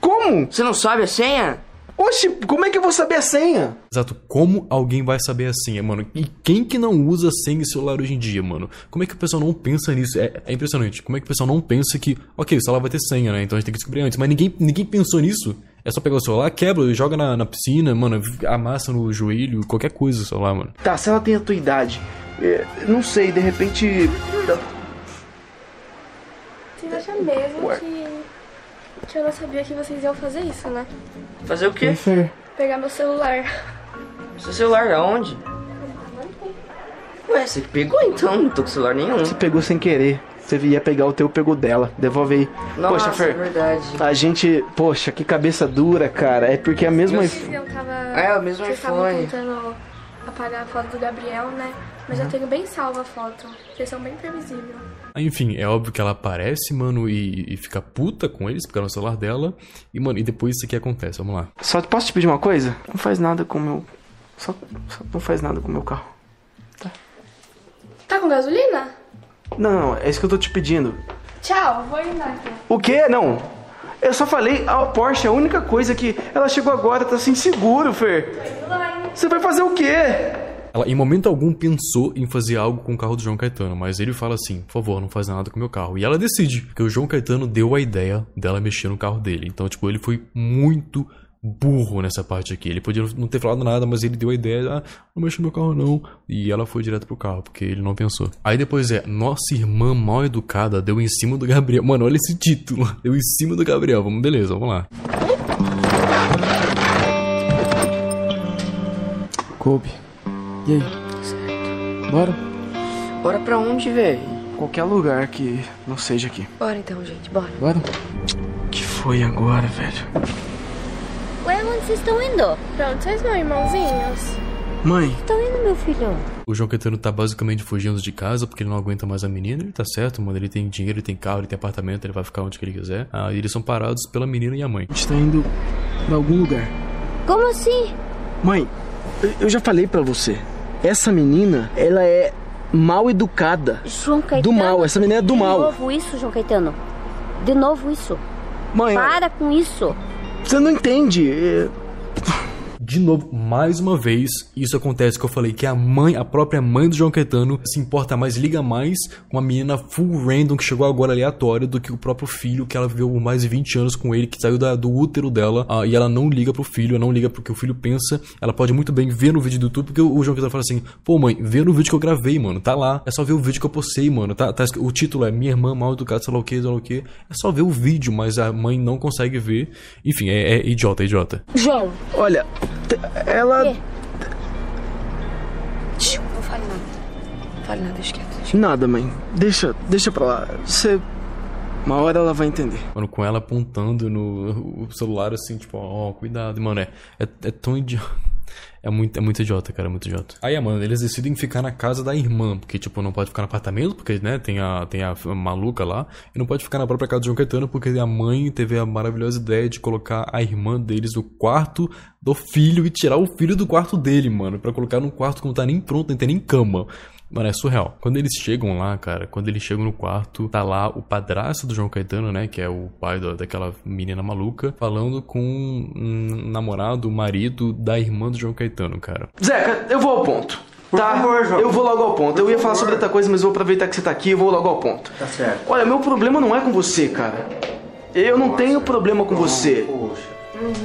[SPEAKER 3] Como?
[SPEAKER 4] Você não sabe a senha?
[SPEAKER 3] Oxi, como é que eu vou saber a senha?
[SPEAKER 1] Exato, como alguém vai saber a senha, mano? E quem que não usa senha em celular hoje em dia, mano? Como é que o pessoal não pensa nisso? É, é impressionante. Como é que o pessoal não pensa que, ok, o celular vai ter senha, né? Então a gente tem que descobrir antes. Mas ninguém, ninguém pensou nisso. É só pegar o celular, quebra, joga na, na piscina, mano, amassa no joelho, qualquer coisa o celular, mano.
[SPEAKER 3] Tá, se ela tem a tua idade. é, não sei, de repente.
[SPEAKER 8] Vocês acham mesmo
[SPEAKER 3] Ué.
[SPEAKER 8] que... Que eu não sabia que vocês iam fazer isso, né?
[SPEAKER 4] Fazer o quê?
[SPEAKER 8] Pegar meu celular.
[SPEAKER 4] Seu celular aonde? Ué, você que pegou então? Não tô com celular nenhum.
[SPEAKER 3] Você pegou sem querer. Você ia pegar o teu, pegou dela. Devolve aí. Poxa,
[SPEAKER 4] Nossa, é
[SPEAKER 3] Fer,
[SPEAKER 4] verdade.
[SPEAKER 3] a gente. Poxa, que cabeça dura, cara. É porque é a mesma.
[SPEAKER 8] Eu tava...
[SPEAKER 4] É, o mesmo
[SPEAKER 8] vocês estavam
[SPEAKER 4] iPhone.
[SPEAKER 8] tentando apagar a foto do Gabriel, né? Mas
[SPEAKER 4] Uhum.
[SPEAKER 8] eu tenho bem salva a foto. Vocês são bem previsíveis.
[SPEAKER 1] Aí, Enfim, é óbvio que ela aparece, mano, e, e fica puta com eles, porque era no celular dela. E, mano, e depois isso aqui acontece, vamos lá.
[SPEAKER 3] Só posso te pedir uma coisa? Não faz nada com o meu. Só, só não faz nada com o meu carro.
[SPEAKER 8] Tá com gasolina?
[SPEAKER 3] Não, não, é isso que eu tô te pedindo.
[SPEAKER 8] Tchau, vou indo aqui.
[SPEAKER 3] O quê? Não. Eu só falei, a Porsche é a única coisa que. Ela chegou agora, tá sem seguro, Fer. Você vai fazer o quê?
[SPEAKER 1] Ela, em momento algum, pensou em fazer algo com o carro do João Caetano, mas ele fala assim: por favor, não faz nada com o meu carro. E ela decide, porque o João Caetano deu a ideia dela mexer no carro dele. Então, tipo, ele foi muito burro nessa parte aqui. Ele podia não ter falado nada, mas ele deu a ideia: ah, não mexe no meu carro não. E ela foi direto pro carro, porque ele não pensou. Aí depois é: nossa irmã mal educada deu em cima do Gabriel. Mano, olha esse título: deu em cima do Gabriel. Vamos, beleza, vamos lá.
[SPEAKER 3] Kobe. E aí? Certo. Bora?
[SPEAKER 4] Bora pra onde, velho?
[SPEAKER 3] Qualquer lugar que não seja aqui.
[SPEAKER 6] Bora então, gente, bora.
[SPEAKER 3] Bora? Que foi agora, velho?
[SPEAKER 5] Ué, onde vocês estão indo?
[SPEAKER 8] Pra onde vocês vão, irmãozinhos?
[SPEAKER 3] Mãe.
[SPEAKER 5] Estão indo, meu filho.
[SPEAKER 1] O João Caetano tá basicamente fugindo de casa porque ele não aguenta mais a menina. Ele tá certo, mano. Ele tem dinheiro, ele tem carro, ele tem apartamento, ele vai ficar onde que ele quiser. Ah, e eles são parados pela menina e a mãe.
[SPEAKER 3] A gente tá indo pra algum lugar.
[SPEAKER 5] Como assim?
[SPEAKER 3] Mãe, eu- eu já falei pra você. Essa menina, ela é mal educada.
[SPEAKER 5] João Caetano.
[SPEAKER 3] Do mal, essa menina é do
[SPEAKER 5] de
[SPEAKER 3] mal.
[SPEAKER 5] De novo isso, João Caetano. De novo isso.
[SPEAKER 3] Mãe,
[SPEAKER 5] Para com isso.
[SPEAKER 3] Você não entende. é-
[SPEAKER 1] De novo, mais uma vez, isso acontece que eu falei que a mãe, a própria mãe do João Caetano, se importa mais, liga mais com uma menina full random que chegou agora aleatória do que o próprio filho que ela viveu por mais de 20 anos com ele, que saiu da- do útero dela, ah, e ela não liga pro filho, não liga pro que o filho pensa. Ela pode muito bem ver no vídeo do YouTube, porque o João Caetano fala assim: pô, mãe, vê no vídeo que eu gravei, mano, tá lá. É só ver o vídeo que eu postei, mano. Tá, tá escri- o título é Minha Irmã Mal Educada, sei lá o que, sei lá o que. É só ver o vídeo, mas a mãe não consegue ver. Enfim, é, é idiota, é idiota.
[SPEAKER 5] João.
[SPEAKER 3] Olha, t- ela.
[SPEAKER 6] Não fale nada. Não fale nada, deixa quieto.
[SPEAKER 3] Nada, mãe. Deixa, deixa pra lá. Você. Uma hora ela vai entender.
[SPEAKER 1] Mano, com ela apontando no o celular assim, tipo, ó, cuidado. Mano, é, é, é tão idiota. É muito, é muito idiota, cara, é muito idiota. Aí, mano, eles decidem ficar na casa da irmã, porque, tipo, não pode ficar no apartamento, porque, né, tem a, tem a maluca lá, e não pode ficar na própria casa do João Caetano, porque a mãe teve a maravilhosa ideia de colocar a irmã deles no quarto do filho e tirar o filho do quarto dele, mano, Pra colocar num quarto que não tá nem pronto, nem tem nem cama. Mano, é surreal. Quando eles chegam lá, cara, quando eles chegam no quarto, tá lá o padrasto do João Caetano, né? Que é o pai da- daquela menina maluca, falando com um namorado, o marido da irmã do João Caetano, cara.
[SPEAKER 3] Zeca, eu vou ao ponto. tá? eu vou logo ao ponto. eu ia falar sobre outra coisa, mas vou aproveitar que você tá aqui e vou logo ao ponto.
[SPEAKER 7] Tá certo.
[SPEAKER 3] Olha, meu problema não é com você, cara. Eu não tenho problema com você.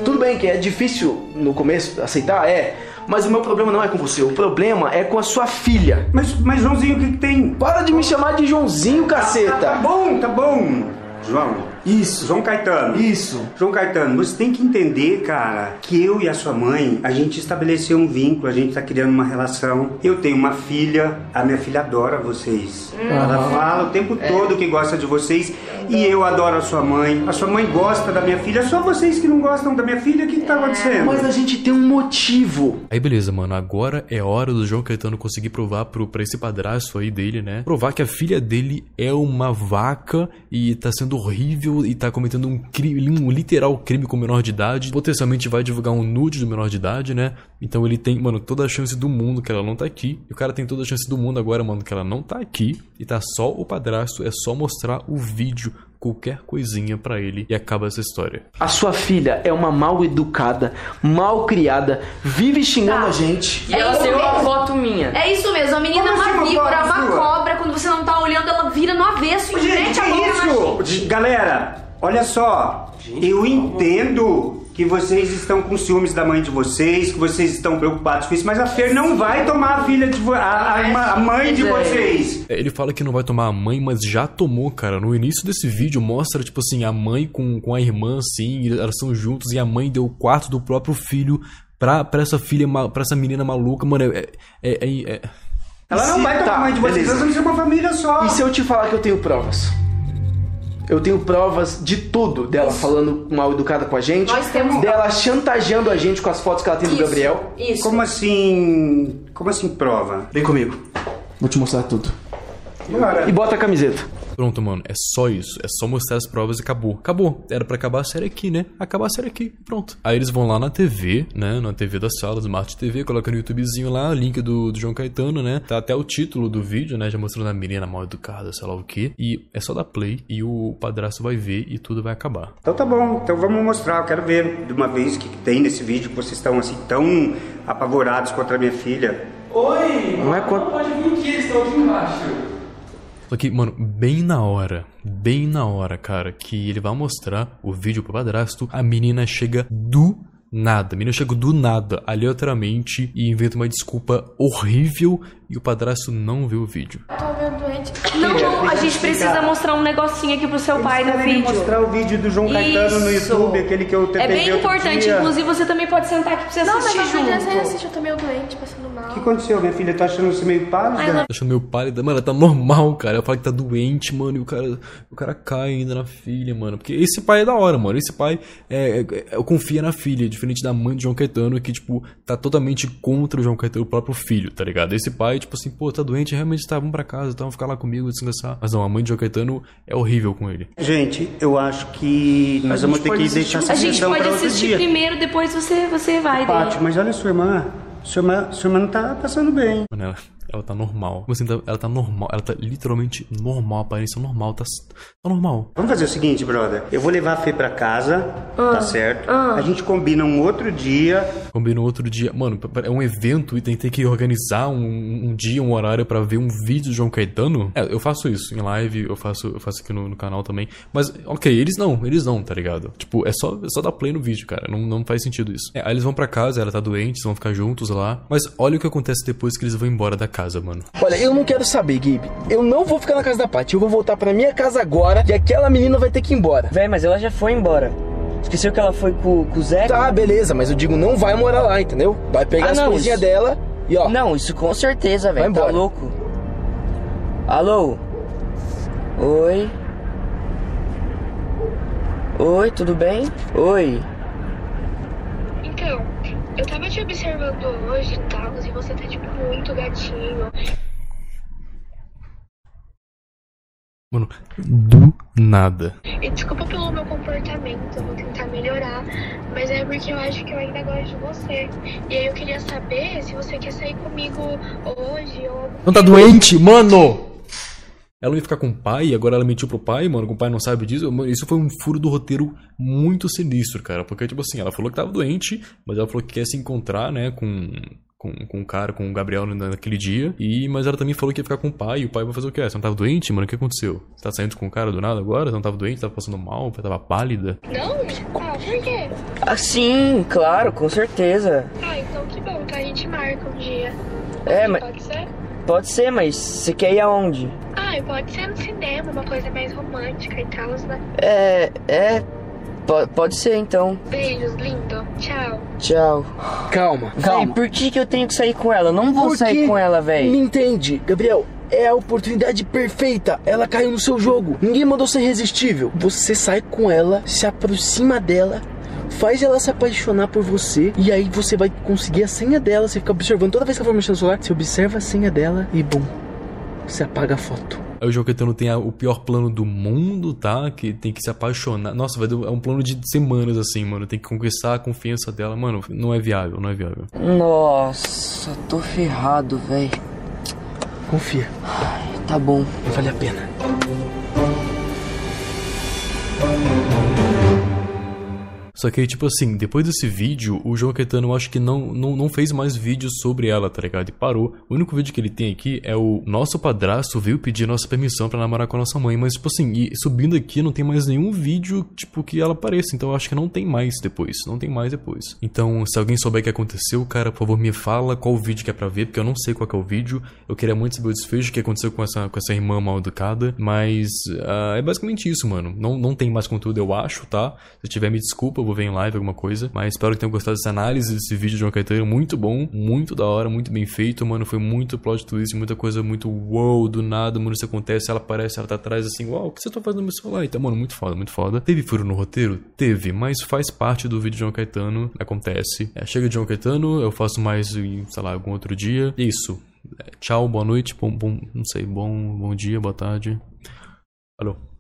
[SPEAKER 3] Tudo bem que é difícil no começo aceitar, é. Mas o meu problema não é com você, o problema é com a sua filha.
[SPEAKER 7] Mas, mas Joãozinho, o que, que tem?
[SPEAKER 3] Para de me chamar de Joãozinho, caceta!
[SPEAKER 7] Tá bom, tá bom. João. Isso. João Caetano.
[SPEAKER 3] Isso.
[SPEAKER 7] João Caetano, você tem que entender, cara, que eu e a sua mãe, a gente estabeleceu um vínculo, a gente tá criando uma relação. Eu tenho uma filha, a minha filha adora vocês. Ela fala o tempo todo que gosta de vocês e eu adoro a sua mãe. A sua mãe gosta da minha filha, só vocês que não gostam da minha filha, o que, que tá acontecendo?
[SPEAKER 3] Mas a gente tem um motivo.
[SPEAKER 1] Aí beleza, mano, agora é hora do João Caetano conseguir provar pro, pra esse padrasto aí dele, né? Provar que a filha dele é uma vaca e tá sendo horrível e tá cometendo um crime, um literal crime com menor de idade. Potencialmente vai divulgar um nude do menor de idade, né? Então ele tem, mano, toda a chance do mundo que ela não tá aqui. E o cara tem toda a chance do mundo agora, mano, que ela não tá aqui. E tá só o padrasto, é só mostrar o vídeo, qualquer coisinha pra ele e acaba essa história.
[SPEAKER 3] A sua filha é uma mal educada, mal criada, vive
[SPEAKER 9] Tá.
[SPEAKER 3] xingando a gente.
[SPEAKER 6] E ela tem uma foto minha.
[SPEAKER 9] É isso mesmo, a menina é
[SPEAKER 7] Como assim
[SPEAKER 9] uma
[SPEAKER 7] uma
[SPEAKER 9] víbora, é
[SPEAKER 7] cobra
[SPEAKER 9] uma
[SPEAKER 7] sua?
[SPEAKER 9] cobra. Quando você não tá olhando, ela vira no avesso em
[SPEAKER 7] Gente,
[SPEAKER 9] frente à
[SPEAKER 7] que
[SPEAKER 9] cobra na
[SPEAKER 7] isso?
[SPEAKER 9] gente.
[SPEAKER 7] Galera, olha só. eu entendo que vocês estão com ciúmes da mãe de vocês, que vocês estão preocupados com isso, mas a Fer não vai tomar a filha de vo- a, a irmã- a mãe de vocês.
[SPEAKER 1] É, Ele fala que não vai tomar a mãe, mas já tomou, cara. No início desse vídeo mostra, tipo assim, a mãe com, com a irmã, assim, e elas são juntos, e a mãe deu o quarto do próprio filho pra, pra essa filha, ma- pra essa menina maluca, mano. É. é, é- é-
[SPEAKER 7] Ela não
[SPEAKER 3] Se-
[SPEAKER 7] vai tomar
[SPEAKER 3] tá,
[SPEAKER 7] a mãe de vocês,
[SPEAKER 3] beleza.
[SPEAKER 7] nós vamos ser uma família só.
[SPEAKER 3] E se eu te falar que eu tenho provas? Eu tenho provas de tudo dela falando mal educada com a gente,
[SPEAKER 9] Nós temos-
[SPEAKER 3] dela chantageando a gente com as fotos que ela tem do Gabriel.
[SPEAKER 9] Isso.
[SPEAKER 7] Como assim. Como assim prova?
[SPEAKER 3] Vem comigo. Vou te mostrar tudo.
[SPEAKER 7] Bora.
[SPEAKER 3] E bota a camiseta.
[SPEAKER 1] Pronto, mano. É só isso. É só mostrar as provas e acabou. Acabou. Era pra acabar a série aqui, né? Acabar a série aqui. Pronto. Aí eles vão lá na TV, né? Na TV da sala, Smart TV, coloca no YouTubezinho lá, link do, do João Caetano, né? Tá até o título do vídeo, né? Já mostrando a menina mal educada, sei lá o quê. E é só dar play e o padrasto vai ver e tudo vai acabar.
[SPEAKER 7] Então tá bom, então vamos mostrar. Eu quero ver de uma vez o que, que tem nesse vídeo que vocês estão assim tão apavorados contra a minha filha.
[SPEAKER 3] Não é quanto.
[SPEAKER 1] Só que, mano, bem na hora, bem na hora, cara, que ele vai mostrar o vídeo pro padrasto, a menina chega do nada. A menina chega do nada, aleatoriamente, e inventa uma desculpa horrível e o padrasto não vê o vídeo.
[SPEAKER 8] Tô meio doente.
[SPEAKER 6] Não,
[SPEAKER 3] Então,
[SPEAKER 6] não, a gente precisa mostrar um negocinho aqui pro seu pai no
[SPEAKER 7] Querem
[SPEAKER 6] vídeo.
[SPEAKER 7] mostrar o vídeo do João Caetano no
[SPEAKER 6] Isso.
[SPEAKER 7] YouTube, aquele que eu tentei
[SPEAKER 6] É bem
[SPEAKER 7] ver outro
[SPEAKER 6] importante,
[SPEAKER 7] dia.
[SPEAKER 6] inclusive você também pode sentar aqui pra você
[SPEAKER 8] Não, mas
[SPEAKER 6] assistir
[SPEAKER 8] eu tô
[SPEAKER 6] junto.
[SPEAKER 8] sem assistir, eu tô meio doente, passando
[SPEAKER 7] O
[SPEAKER 8] mal.
[SPEAKER 7] que aconteceu, minha filha? Tá achando você meio pálida?
[SPEAKER 1] Tá achando meio pálida. Mano, ela tá normal, cara. Ela fala que tá doente, mano. E o cara, o cara cai ainda na filha, mano. Porque esse pai é da hora, mano. Esse pai é, é- é- eu confia na filha, diferente da mãe do João Caetano, que, tipo, tá totalmente contra o João Caetano, o próprio filho, tá ligado? Esse pai, tipo assim, pô, tá doente, realmente tá, vamos pra casa, então vamos ficar lá comigo, descansar. Mas não, a mãe do João Caetano é horrível com ele.
[SPEAKER 7] Gente, eu acho que nós vamos ter que deixar essa
[SPEAKER 6] A gente
[SPEAKER 7] sessão
[SPEAKER 6] pode
[SPEAKER 7] um pra outro
[SPEAKER 6] assistir
[SPEAKER 7] dia.
[SPEAKER 6] primeiro, depois você, você vai.
[SPEAKER 7] Paty,
[SPEAKER 6] Dani.
[SPEAKER 7] mas olha sua irmã. Sua irmã, sua irmã não tá passando bem.
[SPEAKER 1] Mano, ela, ela tá normal. Como assim, tá- ela tá normal. Ela tá literalmente normal, a aparência normal, tá, tá normal.
[SPEAKER 7] Vamos fazer o seguinte, brother. Eu vou levar a Fê pra casa,
[SPEAKER 6] Ah.
[SPEAKER 7] tá certo? A gente combina um outro dia.
[SPEAKER 1] Combinou outro dia. Mano, pa- pa- é um evento e tem tem que organizar um, um dia, um horário pra ver um vídeo de João Caetano. É, eu faço isso em live, eu faço, eu faço aqui no, no canal também. Mas, ok, eles não, eles não, tá ligado? Tipo, é só, é só dar play no vídeo, cara. Não, não faz sentido isso. É, aí eles vão pra casa, ela tá doente, eles vão ficar juntos lá. Mas olha o que acontece depois que eles vão embora da casa, mano.
[SPEAKER 3] Olha, eu não quero saber, Gabe. Eu não vou ficar na casa da Paty. Eu vou voltar pra minha casa agora e aquela menina vai ter que ir embora.
[SPEAKER 4] Véi, mas ela já foi embora. Esqueceu que ela foi com, com o Zé?
[SPEAKER 3] Tá, beleza, mas eu digo, não vai morar lá, entendeu? Vai pegar
[SPEAKER 4] Ah,
[SPEAKER 3] as
[SPEAKER 4] não,
[SPEAKER 3] coisinhas
[SPEAKER 4] isso-
[SPEAKER 3] dela e ó.
[SPEAKER 4] Não, isso com certeza,
[SPEAKER 3] Vai
[SPEAKER 4] velho. Tá
[SPEAKER 3] embora.
[SPEAKER 4] louco? Alô? Oi? Oi, tudo bem? Oi.
[SPEAKER 11] Então, eu tava te observando hoje e tal, e você tá, tipo, muito gatinho.
[SPEAKER 1] Mano, do nada.
[SPEAKER 11] E desculpa pelo meu comportamento, eu vou tentar melhorar, mas é porque eu acho que eu ainda gosto de você. E aí eu queria saber se você quer sair comigo hoje ou
[SPEAKER 1] Não tá doente, mano! Ela ia ficar com o pai, agora ela mentiu pro pai, mano, que o pai não sabe disso. Mano, isso foi um furo do roteiro muito sinistro, cara. Porque, tipo assim, ela falou que tava doente, mas ela falou que quer se encontrar, né, com. Com, com o cara, com o Gabriel na- naquele dia. E, mas ela também falou que ia ficar com o pai. E o pai vai fazer o quê? "Ah, Você não tava doente, mano? O que aconteceu? Você tá saindo com o cara do nada agora? Você não tava doente? Tava passando mal? Tava pálida?
[SPEAKER 11] não. Ah, por quê?
[SPEAKER 4] Ah, sim, claro, com certeza.
[SPEAKER 11] Ah, então que bom, tá? A gente marca um dia.
[SPEAKER 4] É, mas.
[SPEAKER 11] Pode ser?
[SPEAKER 4] Pode ser, mas você quer ir aonde?
[SPEAKER 11] Ah, pode ser no cinema, uma coisa mais romântica e tal, né?
[SPEAKER 4] É, é. po- pode ser então.
[SPEAKER 11] Beijos, lindo. Tchau.
[SPEAKER 4] Tchau.
[SPEAKER 3] Calma, calma.
[SPEAKER 4] por que, que eu tenho que sair com ela? Eu não vou
[SPEAKER 3] Por
[SPEAKER 4] sair
[SPEAKER 3] quê?
[SPEAKER 4] com ela, velho.
[SPEAKER 3] Me entende, Gabriel. É a oportunidade perfeita. Ela caiu no seu jogo. Ninguém mandou ser irresistível. Você sai com ela, se aproxima dela, faz ela se apaixonar por você. E aí você vai conseguir a senha dela. Você fica observando. Toda vez que ela for mexendo no celular, você observa a senha dela e, bom, você apaga a foto.
[SPEAKER 1] Aí o João Caetano tem a- o pior plano do mundo, tá? Que tem que se apaixonar. Nossa, vai do- é um plano de semanas assim, mano. Tem que conquistar a confiança dela. Mano, não é viável, não é viável.
[SPEAKER 4] Nossa, tô ferrado, velho.
[SPEAKER 3] Confia.
[SPEAKER 4] Tá bom.
[SPEAKER 3] Vale a pena.
[SPEAKER 1] Só que aí, tipo assim, depois desse vídeo, o João Caetano eu acho que não, não, não fez mais vídeos sobre ela, tá ligado? E parou. O único vídeo que ele tem aqui é o nosso padrasto veio pedir nossa permissão pra namorar com a nossa mãe. Mas, tipo assim, e subindo aqui não tem mais nenhum vídeo, tipo, que ela apareça. Então eu acho que não tem mais depois. Não tem mais depois. Então, se alguém souber o que aconteceu, cara, por favor, me fala qual vídeo que é pra ver, porque eu não sei qual que é o vídeo. Eu queria muito saber o desfecho, o que aconteceu com essa, com essa irmã mal educada. Mas ah, é basicamente isso, mano. Não, não tem mais conteúdo, eu acho, tá? Se tiver, me desculpa, eu vou ver em live alguma coisa. Mas espero que tenham gostado dessa análise desse vídeo de João Caetano. Muito bom, muito da hora, muito bem feito, mano. Foi muito plot twist, muita coisa muito wow, do nada, mano. Isso acontece, ela aparece, ela tá atrás assim, uau, o que você tá fazendo no meu celular? Então, mano, muito foda, muito foda. Teve furo no roteiro? Teve, mas faz parte do vídeo de João Caetano. Acontece. É, chega de João Caetano, eu faço mais em, sei lá, algum outro dia. E é Isso. É, tchau, boa noite, bom, bom, não sei, bom, bom dia, boa tarde. Falou.